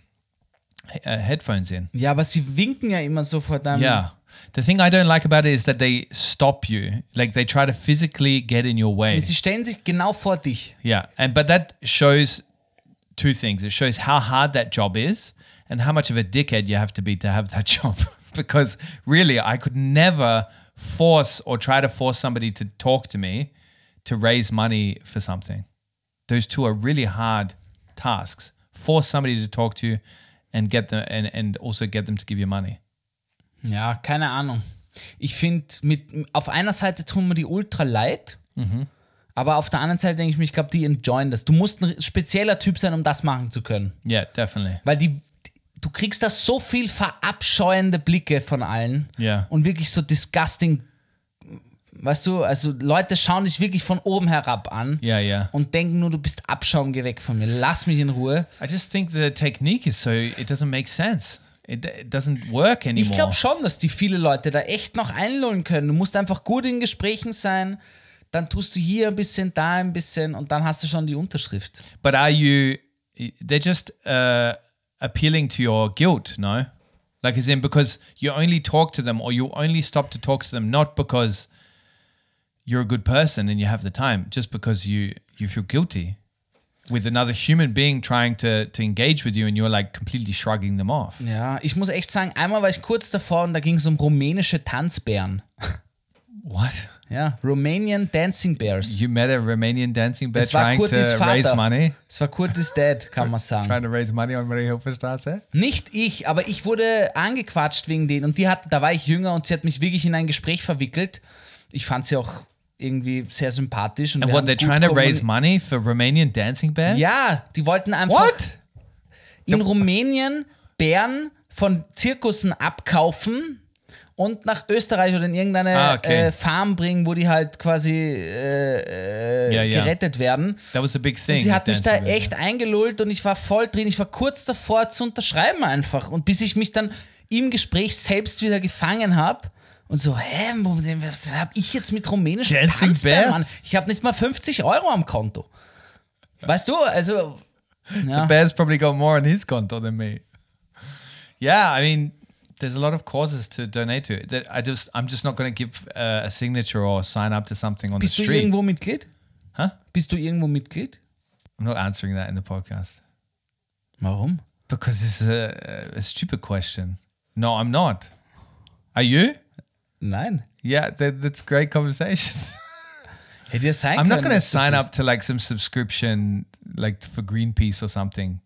Speaker 4: he- uh, headphones in.
Speaker 1: Ja, aber sie winken ja immer so vor deinem.
Speaker 4: Yeah. The thing I don't like about it is that they stop you. Like they try to physically get in your way.
Speaker 1: Sie stellen sich genau vor dich.
Speaker 4: Yeah, and but that shows two things. It shows how hard that job is, and how much of a dickhead you have to be to have that *laughs* job. because really, I could never force or try to force somebody to talk to me to raise money for something. Those two are really hard tasks. Force somebody to talk to you, and get them, and and also get them to give you money.
Speaker 1: Ja, keine Ahnung. Ich finde, mit auf einer Seite tun mir die ultra leid,
Speaker 4: Mhm.
Speaker 1: aber auf der anderen Seite denke ich mir, ich glaube, die enjoyen das. Du musst ein spezieller Typ sein, um das machen zu können.
Speaker 4: Yeah, definitely.
Speaker 1: Weil die, du kriegst da so viel verabscheuende Blicke von allen
Speaker 4: Ja.
Speaker 1: und wirklich so disgusting. Weißt du, also Leute schauen dich wirklich von oben herab an
Speaker 4: Yeah, yeah.
Speaker 1: und denken nur, du bist Abschaum, geh weg von mir, lass mich in Ruhe.
Speaker 4: I just think the technique is so it doesn't make sense. It, it doesn't work anymore.
Speaker 1: Ich glaube schon, dass die viele Leute da echt noch einlullen können. Du musst einfach gut in Gesprächen sein, dann tust du hier ein bisschen, da ein bisschen und dann hast du schon die Unterschrift.
Speaker 4: But are you? They're just uh, appealing to your guilt, no? Like as in because you only talk to them, or you only stop to talk to them, not because you're a good person and you have the time, just because you you feel guilty with another human being trying to to engage with you, and you're like completely shrugging them off.
Speaker 1: Ja, ich muss echt sagen, einmal war ich kurz davor und da ging es um rumänische Tanzbären.
Speaker 4: What?
Speaker 1: Ja, Romanian Dancing Bears.
Speaker 4: You met a Romanian dancing bear
Speaker 1: Es war
Speaker 4: trying
Speaker 1: Kurtis
Speaker 4: to
Speaker 1: Vater.
Speaker 4: raise money,
Speaker 1: Es war Kurtis Dad, kann
Speaker 4: *laughs*
Speaker 1: man sagen.
Speaker 4: trying to raise money on Maria Hilferstraße.
Speaker 1: Nicht ich, aber ich wurde angequatscht wegen denen. Und die hat, da war ich jünger und sie hat mich wirklich in ein Gespräch verwickelt. Ich fand sie auch irgendwie sehr sympathisch. Und
Speaker 4: And
Speaker 1: wir
Speaker 4: what
Speaker 1: haben
Speaker 4: they're
Speaker 1: gut
Speaker 4: trying to raise
Speaker 1: kommuni-
Speaker 4: money for Romanian dancing bears?
Speaker 1: Ja, die wollten einfach
Speaker 4: What?
Speaker 1: in Rumänien Bären von Zirkussen abkaufen und nach Österreich oder in irgendeine
Speaker 4: Ah, okay.
Speaker 1: äh, Farm bringen, wo die halt quasi äh, äh,
Speaker 4: Ja, ja.
Speaker 1: gerettet werden.
Speaker 4: That was a big thing.
Speaker 1: Und sie
Speaker 4: with
Speaker 1: hat mich da
Speaker 4: Dancing Bears.
Speaker 1: echt eingelullt und ich war voll drin. Ich war kurz davor zu unterschreiben einfach. Und bis ich mich dann im Gespräch selbst wieder gefangen habe und so, hä, Moment, was habe ich jetzt mit rumänischen
Speaker 4: Dancing
Speaker 1: Tanzbären?
Speaker 4: Bears?
Speaker 1: Mann? Ich habe nicht mal 50 Euro am Konto. Weißt du, also,
Speaker 4: The Bears probably got more on his conto than me. Yeah, I mean, there's a lot of causes to donate to. That I just, I'm just not going to give uh, a signature or sign up to something on
Speaker 1: bist du
Speaker 4: the street.
Speaker 1: irgendwo Mitglied?
Speaker 4: Hä?
Speaker 1: Bist du irgendwo Mitglied?
Speaker 4: I'm not answering that in the podcast
Speaker 1: Warum?
Speaker 4: because it's a, a stupid question. No, I'm not. Are you?
Speaker 1: Nein.
Speaker 4: Yeah, that, that's great conversation. *laughs*
Speaker 1: Hätte ja sein können.
Speaker 4: I'm not going to
Speaker 1: dass du
Speaker 4: sign
Speaker 1: bist.
Speaker 4: up to like some subscription, like for Greenpeace or something.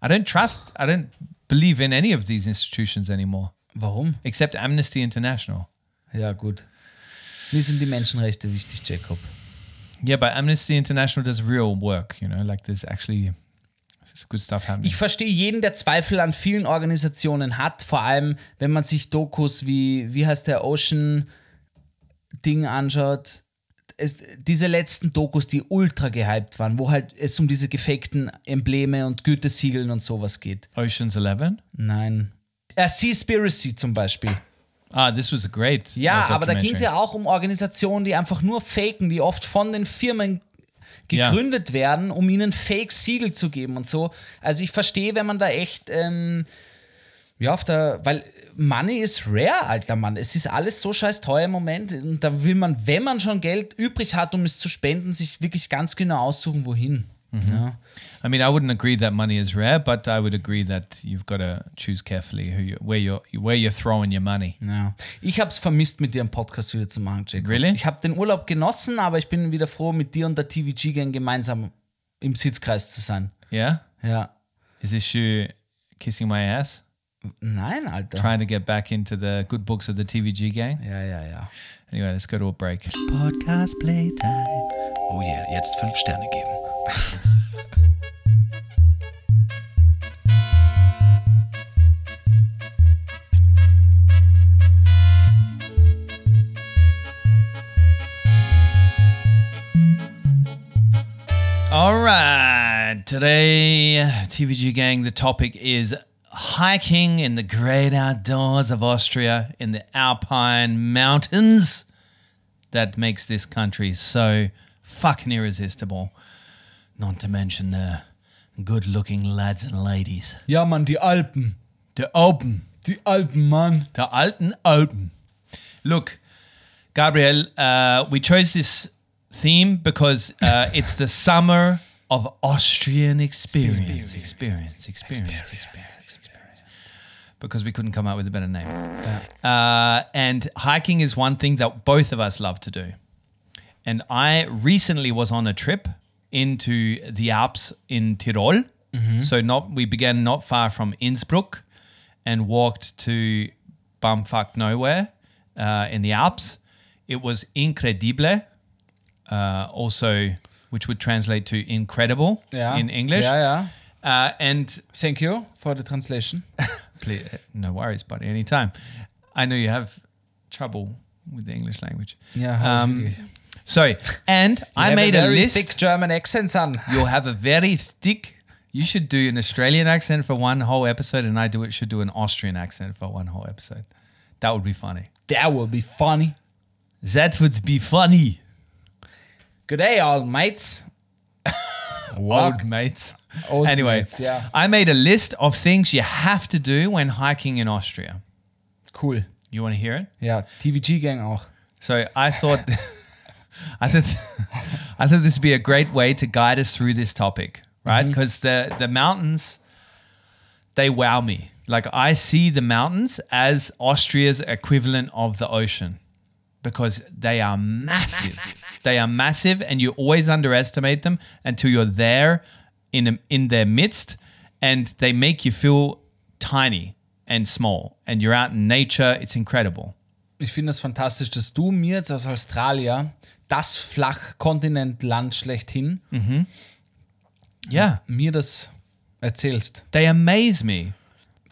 Speaker 4: I don't trust, I don't believe in any of these institutions anymore.
Speaker 1: Warum?
Speaker 4: except Amnesty International.
Speaker 1: Ja, gut. Mir sind die Menschenrechte wichtig, Jacob.
Speaker 4: Yeah, but Amnesty International does real work, you know, like there's actually there's good stuff happening.
Speaker 1: Ich verstehe jeden, der Zweifel an vielen Organisationen hat, vor allem wenn man sich Dokus wie, wie heißt der Ocean Ding anschaut. Es, diese letzten Dokus, die ultra gehypt waren, wo halt es um diese gefakten Embleme und Gütesiegeln und sowas geht.
Speaker 4: Ocean's Eleven.
Speaker 1: Nein. Äh, Seaspiracy zum Beispiel.
Speaker 4: Ah, this was a great.
Speaker 1: Ja,
Speaker 4: uh,
Speaker 1: aber da ging es
Speaker 4: documentary.
Speaker 1: ja auch um Organisationen, die einfach nur faken, die oft von den Firmen
Speaker 4: Ja.
Speaker 1: gegründet werden, um ihnen Fake-Siegel zu geben und so. Also ich verstehe, wenn man da echt, ähm, ja, auf der, weil Money ist rare, alter Mann. Es ist alles so scheiß teuer im Moment und da will man, wenn man schon Geld übrig hat, um es zu spenden, sich wirklich ganz genau aussuchen, wohin.
Speaker 4: Mhm.
Speaker 1: Ja.
Speaker 4: I mean, I wouldn't agree that money is rare, but I would agree that you've got to choose carefully who you, where you're where you're throwing your money.
Speaker 1: Ja. Ich habe es vermisst, mit dir einen Podcast wieder zu machen, Jacob.
Speaker 4: Really?
Speaker 1: Ich habe den Urlaub genossen, aber ich bin wieder froh, mit dir und der TVG-Gang gemeinsam im Sitzkreis zu sein.
Speaker 4: Yeah,
Speaker 1: Ja.
Speaker 4: is this you kissing my ass,
Speaker 1: Nein, Alter.
Speaker 4: trying to get back into the good books of the TVG gang?
Speaker 1: Ja, ja, ja.
Speaker 4: Anyway, let's go to a break.
Speaker 7: Podcast Playtime.
Speaker 6: Oh yeah, jetzt fünf Sterne geben.
Speaker 4: All right. Today, TVG gang, the topic is hiking in the great outdoors of Austria in the Alpine mountains that makes this country so fucking irresistible. Not to mention the good looking lads and ladies.
Speaker 1: Ja, Mann, die Alpen.
Speaker 4: The Alpen.
Speaker 1: Die alten Mann.
Speaker 4: der alten Alpen. Look, Gabriel, uh, we chose this theme because uh, it's the summer of Austrian experience. Experience, experience, experience, experience. Because we couldn't come up with a better name. Uh, and hiking is one thing that both of us love to do. And I recently was on a trip into the Alps in Tyrol. So not we began not far from Innsbruck and walked to bumfuck nowhere uh, in the Alps. It was incredible, uh, also which would translate to incredible
Speaker 1: Ja.
Speaker 4: in English.
Speaker 1: Ja, ja.
Speaker 4: Uh, and
Speaker 1: Thank you for the translation.
Speaker 4: Ple- uh, no worries, buddy. Anytime. I know you have trouble with the English language.
Speaker 1: Yeah, how
Speaker 4: Um,
Speaker 1: really.
Speaker 4: so, and I
Speaker 1: Have a
Speaker 4: made a,
Speaker 1: very
Speaker 4: list.
Speaker 1: thick German accent, son.
Speaker 4: You'll have a very thick. You should do an Australian accent for one whole episode, and I do it should do an Austrian accent for one whole episode. That would be funny.
Speaker 1: That would be funny.
Speaker 4: That would be funny,
Speaker 1: Good day, all mates. Walk.
Speaker 4: old mates.
Speaker 1: Old
Speaker 4: anyway,
Speaker 1: mates, yeah.
Speaker 4: I made a list of things you have to do when hiking in Austria.
Speaker 1: Cool.
Speaker 4: You want to hear it?
Speaker 1: Ja, TVG Gang auch.
Speaker 4: So I thought, *laughs* I thought, I thought this would be a great way to guide us through this topic, right? Because the the mountains, they wow me. Like I see the mountains as Austria's equivalent of the ocean, because they are massive. They are massive, and you always underestimate them until you're there, in in their midst, and they make you feel tiny and small. And you're out in nature. It's incredible.
Speaker 1: Ich finde es fantastisch, dass du mir jetzt aus Australien das Flachkontinentland schlechthin
Speaker 4: Yeah.
Speaker 1: mir das erzählst.
Speaker 4: They amaze me.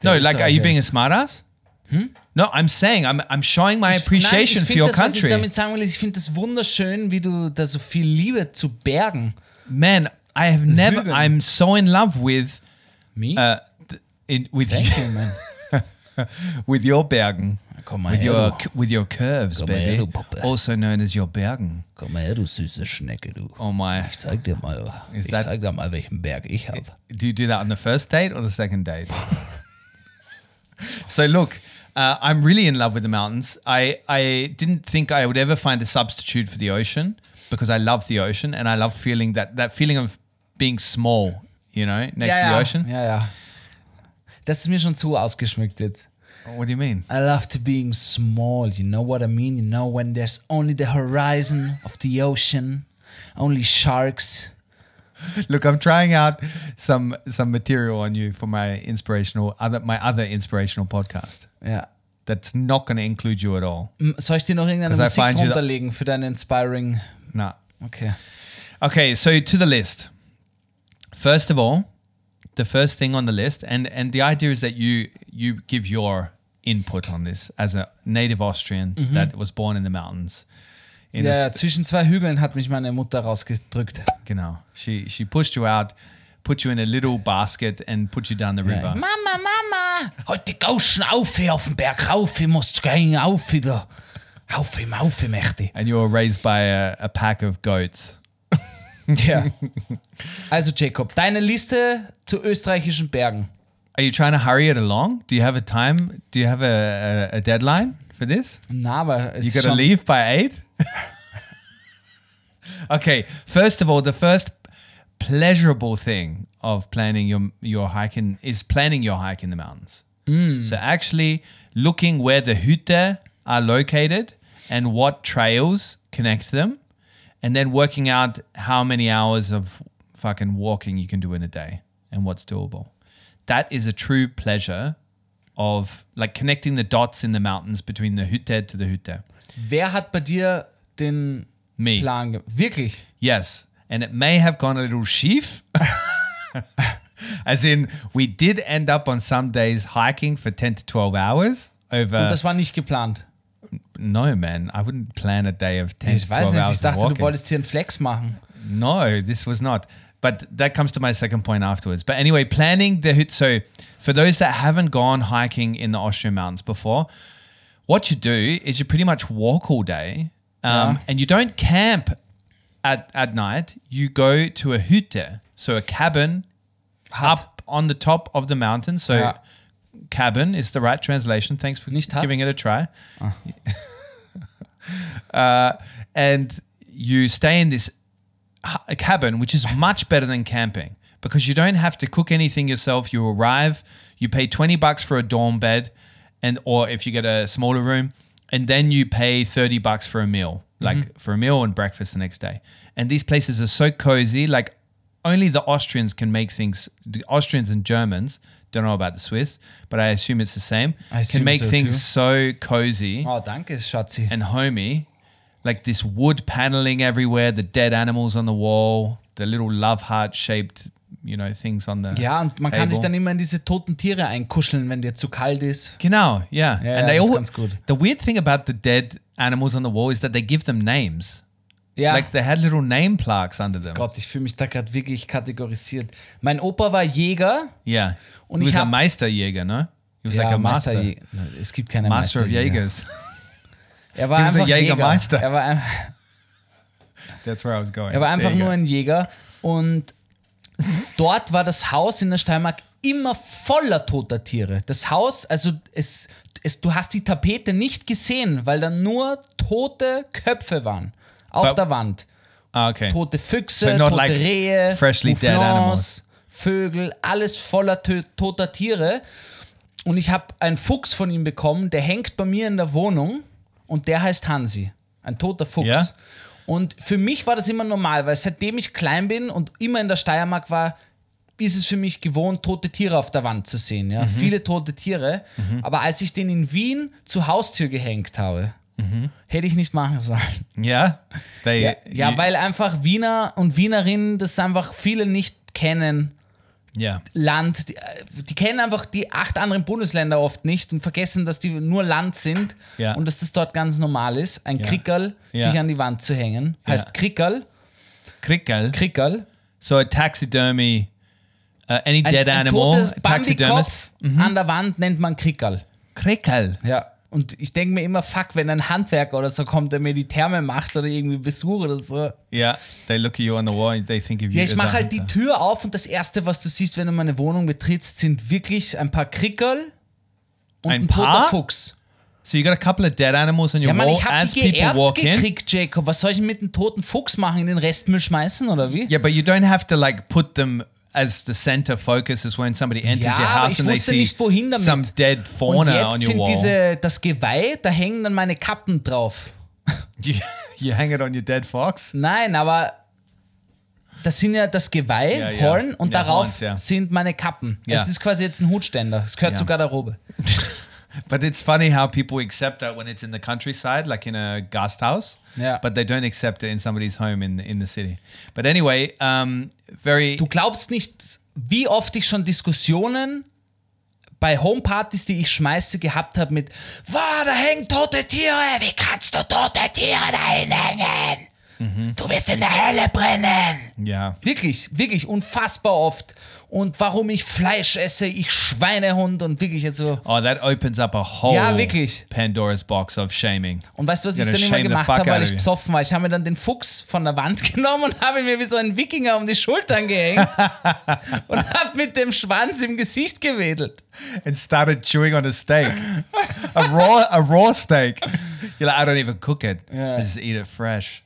Speaker 4: No, like, are you being a
Speaker 1: Österreichers.
Speaker 4: smartass? Hmm? No, I'm saying I'm I'm showing my appreciation
Speaker 1: Nein, ich
Speaker 4: for
Speaker 1: find
Speaker 4: your
Speaker 1: das, Was ich
Speaker 4: country,
Speaker 1: damit sagen will, ist, ich finde es wunderschön, wie du da so viel Liebe zu Bergen.
Speaker 4: man. I have never.
Speaker 1: Lügen.
Speaker 4: I'm so in love with
Speaker 1: Me?
Speaker 4: uh, th- in, with
Speaker 1: Thank you, man.
Speaker 4: with your Bergen,
Speaker 6: Komm mal
Speaker 4: with
Speaker 6: her,
Speaker 4: your
Speaker 6: du,
Speaker 4: cu- with your curves,
Speaker 6: Komm mal her,
Speaker 4: baby,
Speaker 6: du Puppe.
Speaker 4: also known as your Bergen.
Speaker 6: komm mal her, du süße Schnecke, du.
Speaker 4: Oh my!
Speaker 6: Ich zeig dir mal,
Speaker 4: Is
Speaker 6: ich
Speaker 4: that-
Speaker 6: zeig dir mal, welchen Berg ich habe.
Speaker 4: Do you do that on the first date or the second date? so look, uh, I'm really in love with the mountains. I I didn't think I would ever find a substitute for the ocean because I love the ocean and I love feeling that that feeling of being small, you know, next to the ocean.
Speaker 1: ja, ja. Das ist mir schon zu ausgeschmückt jetzt.
Speaker 4: What do you mean? *laughs*
Speaker 1: I love to being small, you know what I mean? You know, when there's only the horizon of the ocean, only sharks.
Speaker 4: Look, I'm trying out some some material on you for my inspirational other my other inspirational podcast.
Speaker 1: Ja.
Speaker 4: That's not going to include you at all.
Speaker 1: M- Soll ich dir noch irgendeine
Speaker 4: 'Cause I
Speaker 1: Musik
Speaker 4: find you-
Speaker 1: drunterlegen für deine Inspiring?
Speaker 4: Nah.
Speaker 1: Okay.
Speaker 4: Okay, so to the list. First of all, the first thing on the list, and and the idea is that you you give your input on this as a native Austrian that was born in the mountains. In
Speaker 1: Ja,
Speaker 4: this-
Speaker 1: ja, zwischen zwei Hügeln hat mich meine Mutter rausgedrückt.
Speaker 4: genau. She she pushed you out, put you in a little basket, and put you down the river.
Speaker 1: Mama, Mama! Heute gauschen auf hier auf den Berg rauf, ich muss gehen auf wieder. Auf ihm, auf ihm, möchte
Speaker 4: And you were raised by a, a pack of goats.
Speaker 1: Tja. Also, Jacob, deine Liste zu österreichischen Bergen.
Speaker 4: Are you trying to hurry it along? Do you have a time? Do you have a, a, a deadline for this?
Speaker 1: Na, aber es
Speaker 4: You
Speaker 1: ist
Speaker 4: gotta
Speaker 1: schon-
Speaker 4: leave by eight. *laughs* okay. First of all, the first pleasurable thing of planning your your hike in is planning your hike in the mountains. So actually looking where the hütte are located and what trails connect them, and then working out how many hours of fucking walking you can do in a day and what's doable. That is a true pleasure of like connecting the dots in the mountains between the hütte to the hütte.
Speaker 1: Wer hat bei dir den
Speaker 4: Me.
Speaker 1: Plan gemacht? Wirklich?
Speaker 4: Äh. Yes. And it may have gone a little sheaf. As in, we did end up on some days hiking for 10 to 12 hours
Speaker 1: Und
Speaker 4: over.
Speaker 1: das war nicht geplant.
Speaker 4: No, man, I wouldn't plan a day of 10
Speaker 1: Ich
Speaker 4: to 12
Speaker 1: weiß nicht,
Speaker 4: hours.
Speaker 1: ich
Speaker 4: of
Speaker 1: dachte, du
Speaker 4: walking.
Speaker 1: wolltest hier einen Flex machen.
Speaker 4: No, this was not. But that comes to my second point afterwards. But anyway, planning the hut. So, for those that haven't gone hiking in the Austrian mountains before, what you do is you pretty much walk all day, um, and you don't camp at at night. You go to a hütte, so a cabin up on the top of the mountain. So,
Speaker 1: Yeah.
Speaker 4: cabin is the right translation. Thanks for
Speaker 1: Nicht hut?
Speaker 4: giving it a try. *laughs* uh, and you stay in this hu- cabin, which is much better than camping because you don't have to cook anything yourself. You arrive, you pay 20 bucks for a dorm bed, and or if you get a smaller room, and then you pay 30 bucks for a meal,
Speaker 1: Mm-hmm.
Speaker 4: like for a meal and breakfast the next day. And these places are so cozy, like only the Austrians can make things. The Austrians and Germans, don't know about the Swiss, but I assume it's the same,
Speaker 1: assume
Speaker 4: can make
Speaker 1: so
Speaker 4: things
Speaker 1: too.
Speaker 4: so cozy
Speaker 1: Oh, danke, Schatzi.
Speaker 4: and homey, like this wood paneling everywhere, the dead animals on the wall, the little love heart shaped, you know, things on the
Speaker 1: Ja, und man kann sich
Speaker 4: table.
Speaker 1: dann immer in diese toten Tiere einkuscheln, wenn dir zu kalt ist.
Speaker 4: Genau, yeah.
Speaker 1: Yeah,
Speaker 4: and they
Speaker 1: that's
Speaker 4: all
Speaker 1: ganz gut.
Speaker 4: the weird thing about the dead animals on the wall is that they give them names.
Speaker 1: Ja.
Speaker 4: Like they had little name plaques under them.
Speaker 1: Gott, ich fühle mich da gerade wirklich kategorisiert. Mein Opa war Jäger.
Speaker 4: Yeah.
Speaker 1: Und
Speaker 4: he
Speaker 1: ich
Speaker 4: was a
Speaker 1: hab-
Speaker 4: Meisterjäger, no? He was
Speaker 1: Ja,
Speaker 4: like a master. Master,
Speaker 1: Jäger. Es gibt keine
Speaker 4: of
Speaker 1: Meisterjäger.
Speaker 4: Jägers. *laughs*
Speaker 1: Er war
Speaker 4: He was a
Speaker 1: einfach
Speaker 4: Jägermeister.
Speaker 1: Jäger. Er war, ein-
Speaker 4: That's where I was going.
Speaker 1: er war einfach
Speaker 4: There you
Speaker 1: nur
Speaker 4: go.
Speaker 1: ein Jäger. Und dort war das Haus in der Steiermark immer voller toter Tiere. Das Haus, also es, es, du hast die Tapete nicht gesehen, weil da nur tote Köpfe waren auf
Speaker 4: But-
Speaker 1: der Wand.
Speaker 4: Ah, okay.
Speaker 1: tote Füchse,
Speaker 4: So not
Speaker 1: tote
Speaker 4: like
Speaker 1: Rehe,
Speaker 4: freshly dead
Speaker 1: Mouflons,
Speaker 4: animals.
Speaker 1: Vögel, alles voller tö- toter Tiere. Und ich habe einen Fuchs von ihm bekommen, der hängt bei mir in der Wohnung und der heißt Hansi. Ein toter Fuchs.
Speaker 4: Ja?
Speaker 1: Und für mich war das immer normal, weil seitdem ich klein bin und immer in der Steiermark war, ist es für mich gewohnt, tote Tiere auf der Wand zu sehen.
Speaker 4: Mhm.
Speaker 1: Ja? Viele tote Tiere. Aber als ich den in Wien zur Haustür gehängt habe,
Speaker 4: Mhm.
Speaker 1: hätte ich nicht machen sollen.
Speaker 4: Yeah. They
Speaker 1: Ja, ja
Speaker 4: you-
Speaker 1: weil einfach Wiener und Wienerinnen das einfach viele nicht kennen.
Speaker 4: Yeah.
Speaker 1: Land, die, äh, die kennen einfach die acht anderen Bundesländer oft nicht und vergessen, dass die nur Land sind
Speaker 4: Ja.
Speaker 1: und dass das dort ganz normal ist, ein Krickerl
Speaker 4: Ja.
Speaker 1: sich an die Wand zu hängen.
Speaker 4: Ja.
Speaker 1: Heißt Krickerl,
Speaker 4: Krickel.
Speaker 1: Krickerl.
Speaker 4: So a taxidermy, uh, any
Speaker 1: Ein,
Speaker 4: dead
Speaker 1: ein
Speaker 4: animal,
Speaker 1: totes
Speaker 4: a taxidermist.
Speaker 1: Bandykopf an der Wand nennt man Krickerl.
Speaker 4: Krickel.
Speaker 1: Ja. Und ich denke mir immer, fuck, wenn ein Handwerker oder so kommt, der mir die Therme macht oder irgendwie Besuch oder so,
Speaker 4: Yeah, they look at you on the wall and they think of you
Speaker 1: Ja,
Speaker 4: as
Speaker 1: ich
Speaker 4: a
Speaker 1: mache halt die
Speaker 4: hunter.
Speaker 1: Tür auf und das Erste, was du siehst, wenn du meine Wohnung betrittst, sind wirklich ein paar Krickerl und
Speaker 4: Ein
Speaker 1: ein, toter
Speaker 4: paar?
Speaker 1: Fuchs.
Speaker 4: So you got a couple of dead animals on your
Speaker 1: Ja, Mann,
Speaker 4: wall
Speaker 1: ich hab
Speaker 4: as
Speaker 1: die
Speaker 4: people
Speaker 1: geerbt
Speaker 4: walk in.
Speaker 1: gekriegt, Jacob. Was soll ich mit einem toten Fuchs machen? In den Restmüll schmeißen oder wie?
Speaker 4: Yeah, but you don't have to like put them as the center focus is when somebody enters
Speaker 1: Ja,
Speaker 4: your
Speaker 1: aber
Speaker 4: house
Speaker 1: ich
Speaker 4: and they
Speaker 1: wusste
Speaker 4: see
Speaker 1: nicht, wohin damit.
Speaker 4: some dead
Speaker 1: und
Speaker 4: fauna on
Speaker 1: jetzt
Speaker 4: your
Speaker 1: sind
Speaker 4: wall.
Speaker 1: diese, das Geweih, da hängen dann meine Kappen drauf.
Speaker 4: *laughs* you, you hang it on your dead fox.
Speaker 1: Nein, aber das sind ja das Geweih,
Speaker 4: Ja, ja.
Speaker 1: Horn und
Speaker 4: Ja,
Speaker 1: darauf
Speaker 4: Horns, ja.
Speaker 1: sind meine Kappen.
Speaker 4: Ja.
Speaker 1: Es ist quasi jetzt ein Hutständer. Es gehört
Speaker 4: Ja.
Speaker 1: zur Garderobe.
Speaker 4: But it's funny how people accept that when it's in the countryside, like in a guest house.
Speaker 1: Yeah.
Speaker 4: But they don't accept it in somebody's home in in the city. But anyway, um, very
Speaker 1: Du glaubst nicht, wie oft ich schon Diskussionen bei Homepartys, die ich schmeiße, gehabt habe mit, wow, da hängen tote Tiere, wie kannst du tote Tiere da hinhängen?
Speaker 4: Mhm.
Speaker 1: Du wirst in der Hölle brennen.
Speaker 4: yeah.
Speaker 1: Wirklich, wirklich, unfassbar oft. Und warum ich Fleisch esse, ich Schweinehund und wirklich, also.
Speaker 4: Oh, that opens up a whole
Speaker 1: Ja, wirklich.
Speaker 4: Pandora's box of shaming.
Speaker 1: Und weißt du, was
Speaker 4: Ja,
Speaker 1: ich
Speaker 4: dann
Speaker 1: dann immer
Speaker 4: shame the
Speaker 1: gemacht
Speaker 4: fuck
Speaker 1: habe,
Speaker 4: out
Speaker 1: weil
Speaker 4: of
Speaker 1: ich
Speaker 4: you.
Speaker 1: besoffen war? Ich habe mir dann den Fuchs von der Wand *laughs* genommen und habe ihn mir wie so einen Wikinger um die Schultern
Speaker 4: *laughs*
Speaker 1: gehängt und habe mit dem Schwanz im Gesicht gewedelt.
Speaker 4: and started chewing on a steak, a raw a raw steak. You're like, I don't even cook it. I just eat it fresh.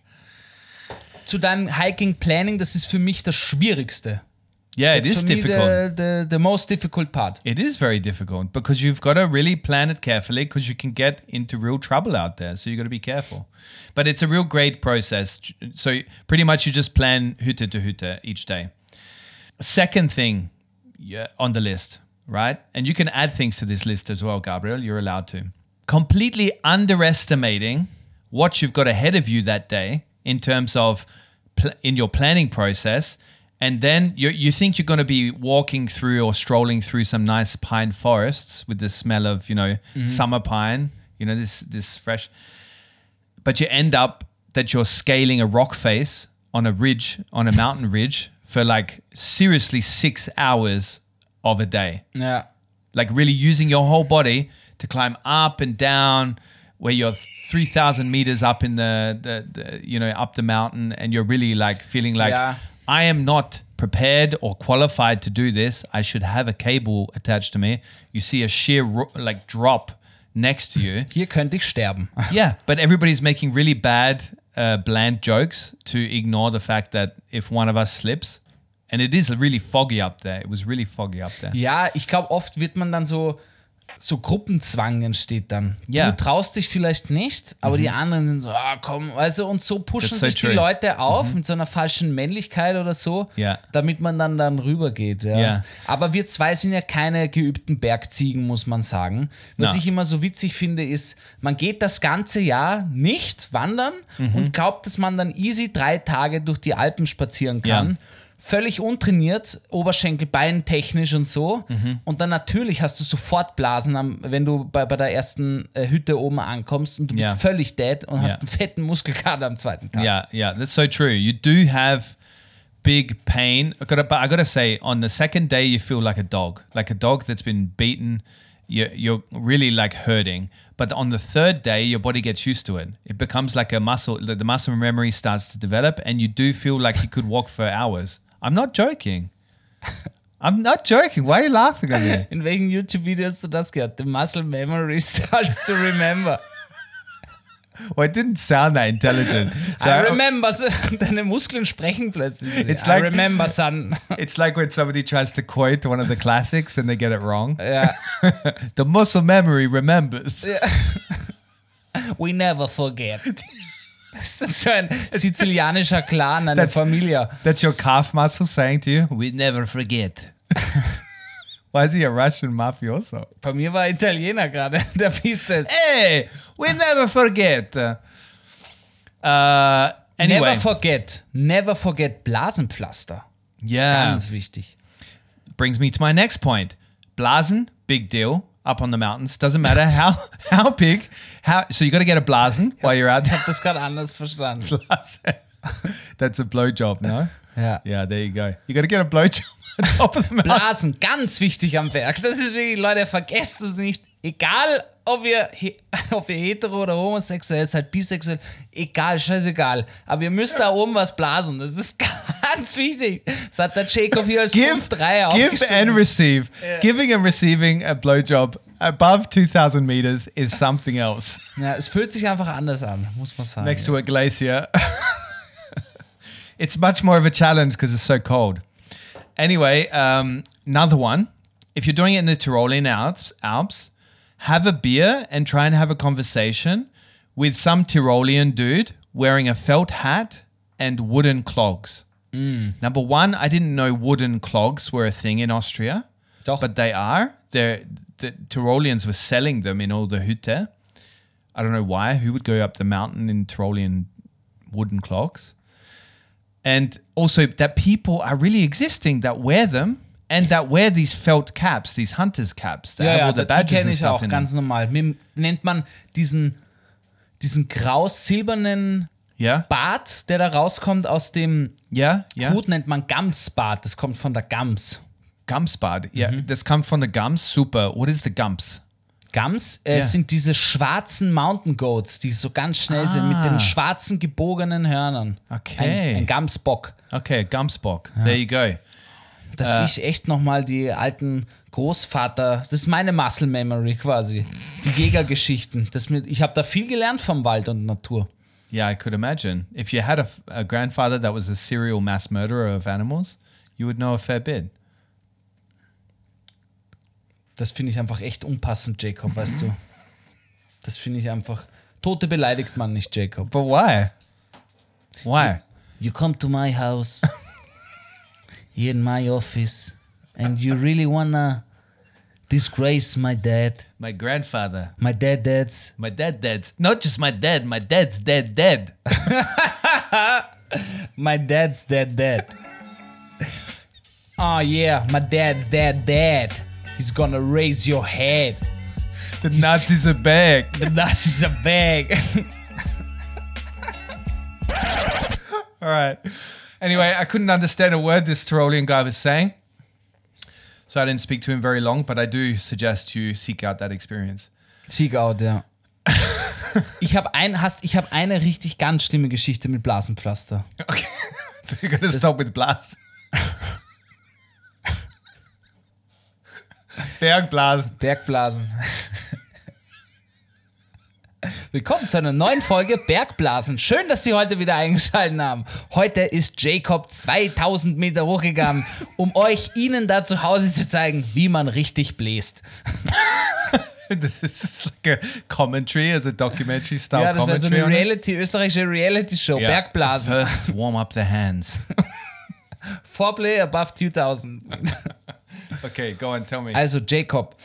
Speaker 1: zu deinem Hiking Planning, das ist für mich das Schwierigste.
Speaker 4: Yeah, it
Speaker 1: That's
Speaker 4: is
Speaker 1: for me
Speaker 4: difficult.
Speaker 1: The, the, the most difficult part.
Speaker 4: It is very difficult because you've got to really plan it carefully because you can get into real trouble out there. So you've got to be careful. But it's a real great process. So pretty much you just plan hutte to hutte each day. Second thing yeah, on the list, right? And you can add things to this list as well, Gabriel. You're allowed to. Completely underestimating what you've got ahead of you that day in terms of pl- in your planning process. And then you, you think you're going to be walking through or strolling through some nice pine forests with the smell of, you know, summer pine, you know, this, this fresh but you end up that you're scaling a rock face on a ridge, on a mountain ridge for like seriously six hours of a day.
Speaker 1: Ja.
Speaker 4: Like really using your whole body to climb up and down where you're 3,000 meters up in the, the, the, you know, up the mountain and you're really like feeling like,
Speaker 1: Yeah.
Speaker 4: I am not prepared or qualified to do this. I should have a cable attached to me. You see a sheer ro- like drop next to you.
Speaker 1: Hier könnte ich sterben.
Speaker 4: *laughs* yeah, but everybody's making really bad, uh, bland jokes to ignore the fact that if one of us slips, and it is really foggy up there. It was really foggy up there.
Speaker 1: Ja, ich glaube, oft wird man dann so, so Gruppenzwang entsteht dann.
Speaker 4: Ja.
Speaker 1: Du
Speaker 4: Mhm.
Speaker 1: traust dich vielleicht nicht, aber die anderen sind so, ah, komm, also und so pushen
Speaker 4: That's so
Speaker 1: sich
Speaker 4: true. Mhm.
Speaker 1: die Leute auf mit so einer falschen Männlichkeit oder so,
Speaker 4: Ja.
Speaker 1: damit man dann dann rübergeht. Ja.
Speaker 4: Ja.
Speaker 1: Aber wir zwei sind ja keine geübten Bergziegen, muss man sagen. Was
Speaker 4: Na.
Speaker 1: ich immer so witzig finde, ist, man geht das ganze Jahr nicht wandern
Speaker 4: Mhm.
Speaker 1: und glaubt, dass man dann easy drei Tage durch die Alpen spazieren
Speaker 4: Ja.
Speaker 1: kann völlig untrainiert, Oberschenkel, Bein technisch und so.
Speaker 4: Mhm.
Speaker 1: Und dann natürlich hast du sofort Blasen, am, wenn du bei, bei der ersten äh, Hütte oben ankommst und du bist
Speaker 4: Ja.
Speaker 1: völlig dead und hast
Speaker 4: Ja.
Speaker 1: einen fetten Muskelkater am zweiten Tag.
Speaker 4: Yeah, yeah, that's so true. You do have big pain. I gotta, but I gotta say, on the second day, you feel like a dog, like a dog that's been beaten. You're, you're really like hurting, but on the third day, your body gets used to it. It becomes like a muscle. The the muscle memory starts to develop, and you do feel like you could walk for hours. I'm not joking. *laughs* I'm not joking. Why are you laughing at me?
Speaker 1: In welchem YouTube-Video hast du das gehört? The muscle memory *laughs* starts to
Speaker 4: *laughs*
Speaker 1: remember.
Speaker 4: *laughs* Well, it didn't sound that *laughs* intelligent. So
Speaker 1: I remember, *laughs* deine Muskeln sprechen plötzlich.
Speaker 4: It's
Speaker 1: I
Speaker 4: like-
Speaker 1: remember,
Speaker 4: *laughs*
Speaker 1: son.
Speaker 4: It's like when somebody tries to quote one of the classics and they get it wrong.
Speaker 1: Yeah.
Speaker 4: the muscle memory remembers.
Speaker 1: We never forget. Das ist so
Speaker 4: *laughs*
Speaker 1: ein sizilianischer Clan, eine
Speaker 4: That's-
Speaker 1: Familie.
Speaker 4: That's your calf muscle saying to you, "We never forget." *laughs* Why is he a Russian mafioso?
Speaker 1: Bei mir war Italiener gerade, *laughs* der Bizeps.
Speaker 4: Hey, we never forget. Uh, anyway,
Speaker 1: Never forget, never forget Blasenpflaster.
Speaker 4: yeah,
Speaker 1: Ganz wichtig.
Speaker 4: brings me to my next point. Blasen, big deal. Up on the mountains, doesn't matter how how big. How so you got to get a blasen *laughs* while you're out
Speaker 1: Ich
Speaker 4: there.
Speaker 1: habe das gerade anders verstanden.
Speaker 4: Blasen. That's a blowjob, *laughs* no?
Speaker 1: Ja.
Speaker 4: Yeah, there you go. You got to get a blowjob *laughs* on top of the mountain.
Speaker 1: Blasen, ganz wichtig am Berg. Das ist wirklich, Leute, vergesst es nicht. Egal, ob ihr, he- *laughs* ob ihr hetero oder homosexuell seid, bisexuell, egal, scheißegal. Aber ihr müsst da oben was blasen. Das ist *laughs* ganz wichtig. Das hat der Jacob hier als
Speaker 4: give,
Speaker 1: Punkt 3
Speaker 4: give and
Speaker 1: aufgeschrieben.
Speaker 4: receive. Giving and receiving a blowjob above 2,000 meters is something else.
Speaker 1: Ja, es fühlt sich einfach anders an, muss man sagen.
Speaker 4: Next to a glacier. it's much more of a challenge because it's so cold. Anyway, um, another one. If you're doing it in the Tyrolean Alps, Alps, have a beer and try and have a conversation with some Tyrolean dude wearing a felt hat and wooden clogs. Number one, I didn't know wooden clogs were a thing in Austria,
Speaker 1: Doch.
Speaker 4: but they are. They're, the Tyroleans were selling them in all the Hütte. I don't know why. Who would go up the mountain in Tyrolean wooden clogs? And also that people are really existing that wear them and that wear these felt caps, these hunters caps that
Speaker 1: Ja,
Speaker 4: have
Speaker 1: ja,
Speaker 4: all
Speaker 1: da-
Speaker 4: the
Speaker 1: die
Speaker 4: badges
Speaker 1: kenne
Speaker 4: and
Speaker 1: ich
Speaker 4: stuff
Speaker 1: auch
Speaker 4: in them.
Speaker 1: ganz normal. Mim- Nennt man diesen, diesen graus-silbernen
Speaker 4: Yeah,
Speaker 1: Bart, der da rauskommt aus dem
Speaker 4: yeah, yeah.
Speaker 1: Hut, nennt man Gamsbart. Das kommt von der Gams.
Speaker 4: Gumspad. Yeah, this comes from the gums. Super. What is the gums?
Speaker 1: Gams äh,
Speaker 4: Ja.
Speaker 1: sind diese schwarzen Mountain Goats, die so ganz schnell sind, mit den schwarzen gebogenen Hörnern.
Speaker 4: Okay.
Speaker 1: Ein, ein Gamsbock.
Speaker 4: Okay, Gumsbock. There you go.
Speaker 1: Dass ich echt nochmal die alten Großvater, das ist meine Muscle Memory quasi. Die Jägergeschichten. Das mir, ich habe da viel gelernt vom Wald und Natur.
Speaker 4: Yeah, I could imagine. If you had a, f- a grandfather that was a serial mass murderer of animals, you would know a fair bit.
Speaker 1: Das finde ich einfach echt unpassend, Jacob, weißt du. Das finde ich einfach. Tote beleidigt man nicht, Jacob.
Speaker 4: But why? Why?
Speaker 1: You come to my house, here in my office, and you really wanna disgrace my dad,
Speaker 4: *laughs* My grandfather.
Speaker 1: my dad dad's.
Speaker 4: My dad dad's not just my dad, my dad's dead *laughs* dead.
Speaker 1: My dad's dead dad. oh yeah, my dad's dead dad. He's gonna raise your head. *laughs*
Speaker 4: The Nazis are back.
Speaker 1: The Nazis are back.
Speaker 4: All right. Anyway, I couldn't understand a word this Tyrolean guy was saying. So I didn't speak to him very long, but I do suggest you seek out that experience.
Speaker 1: Seek out, *laughs* ja. ich habe ein, hast, ich hab eine richtig ganz schlimme Geschichte mit Blasenpflaster.
Speaker 4: Okay. *laughs* We're gonna stop with Blas. Bergblasen.
Speaker 1: Bergblasen. *laughs* Willkommen zu einer neuen Folge Bergblasen. Schön, dass Sie heute wieder eingeschaltet haben. Heute ist Jacob 2000 Meter hochgegangen, um *laughs* euch Ihnen da zu Hause zu zeigen, wie man richtig bläst.
Speaker 4: *laughs* This is just like a commentary, as a documentary style
Speaker 1: Ja, das wäre
Speaker 4: commentary.
Speaker 1: so eine
Speaker 4: on it.
Speaker 1: Reality, österreichische Reality-Show.
Speaker 4: Yeah.
Speaker 1: Bergblasen.
Speaker 4: *laughs* First, warm up the hands.
Speaker 1: Foreplay above 2000.
Speaker 4: *laughs* okay, go on, tell me.
Speaker 1: Also, Jacob,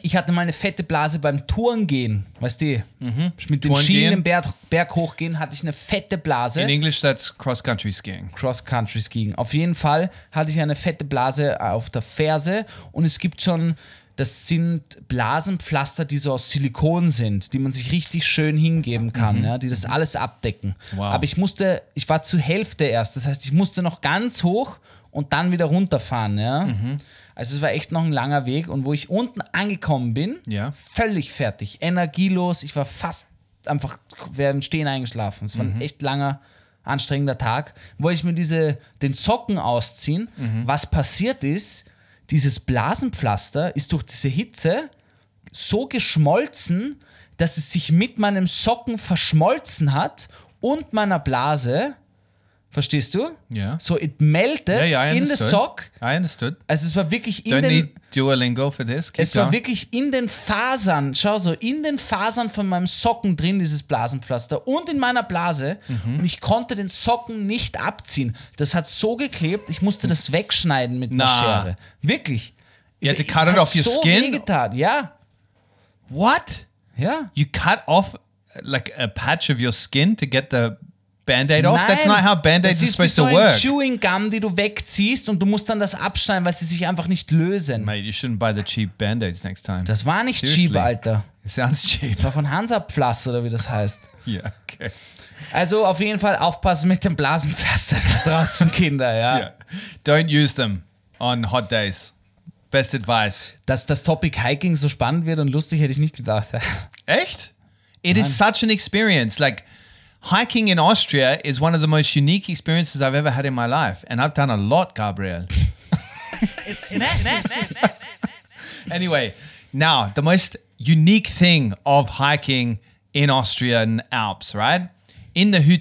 Speaker 1: ich hatte mal eine fette Blase beim Tourengehen. Weißt du?
Speaker 4: Mhm.
Speaker 1: Mit den
Speaker 4: Touren
Speaker 1: Schienen
Speaker 4: gehen.
Speaker 1: im Berg, Berg hochgehen hatte ich eine fette Blase.
Speaker 4: In English, that's cross country skiing.
Speaker 1: Cross-Country Skiing. Auf jeden Fall hatte ich eine fette Blase auf der Ferse und es gibt schon, das sind Blasenpflaster, die so aus Silikon sind, die man sich richtig schön hingeben kann, ja, die das alles abdecken.
Speaker 4: Mhm. Wow.
Speaker 1: Aber ich musste, ich war zur Hälfte erst, das heißt, ich musste noch ganz hoch und dann wieder runterfahren. Ja.
Speaker 4: Mhm.
Speaker 1: Also es war echt noch ein langer Weg und wo ich unten angekommen bin,
Speaker 4: Ja.
Speaker 1: völlig fertig, energielos. Ich war fast einfach während Stehen eingeschlafen. Es war
Speaker 4: Mhm.
Speaker 1: ein echt langer, anstrengender Tag. Wollte ich mir diese, den Socken ausziehen.
Speaker 4: Mhm.
Speaker 1: Was passiert ist, dieses Blasenpflaster ist durch diese Hitze so geschmolzen, dass es sich mit meinem Socken verschmolzen hat und meiner Blase. Verstehst du?
Speaker 4: Ja.
Speaker 1: So, it melted
Speaker 4: Yeah, yeah, I
Speaker 1: in the
Speaker 4: understood.
Speaker 1: sock.
Speaker 4: I understood.
Speaker 1: Also es war wirklich in
Speaker 4: Don't
Speaker 1: den...
Speaker 4: need Duolingo for this. Keep
Speaker 1: Es war
Speaker 4: going.
Speaker 1: wirklich in den Fasern, schau so, in den Fasern von meinem Socken drin, dieses Blasenpflaster und in meiner Blase.
Speaker 4: Mhm.
Speaker 1: Und ich konnte den Socken nicht abziehen. Das hat so geklebt, ich musste das wegschneiden mit einer
Speaker 4: Na.
Speaker 1: Schere. Wirklich.
Speaker 4: You had to
Speaker 1: Es
Speaker 4: cut it
Speaker 1: hat
Speaker 4: off your
Speaker 1: so
Speaker 4: skin?
Speaker 1: Wehgetan. Ja,
Speaker 4: What?
Speaker 1: ja.
Speaker 4: You cut off uh, like a patch of your skin to get the band aid off? That's not how band
Speaker 1: das
Speaker 4: aids are
Speaker 1: ist wie
Speaker 4: supposed
Speaker 1: so
Speaker 4: to
Speaker 1: ein
Speaker 4: work.
Speaker 1: Chewing Gum, die du wegziehst und du musst dann das abschneiden, weil sie sich einfach nicht lösen.
Speaker 4: Mate, you shouldn't buy the cheap band aids next time.
Speaker 1: das war nicht
Speaker 4: Seriously.
Speaker 1: cheap, Alter.
Speaker 4: It sounds cheap.
Speaker 1: Das war von Hansa Pflaster oder wie das heißt.
Speaker 4: *laughs* yeah, okay.
Speaker 1: Also auf jeden Fall aufpassen mit dem Blasenpflaster *laughs* da draußen, Kinder, ja.
Speaker 4: Yeah. Don't use them on hot days. Best advice.
Speaker 1: Dass das Topic Hiking so spannend wird und lustig, hätte ich nicht gedacht.
Speaker 4: Echt? It is such an experience. Like hiking in Austria is one of the most unique experiences I've ever had in my life, and I've done a lot, Gabriel. *laughs* anyway, now the most unique thing of hiking in Austrian Alps, right? In the Hütte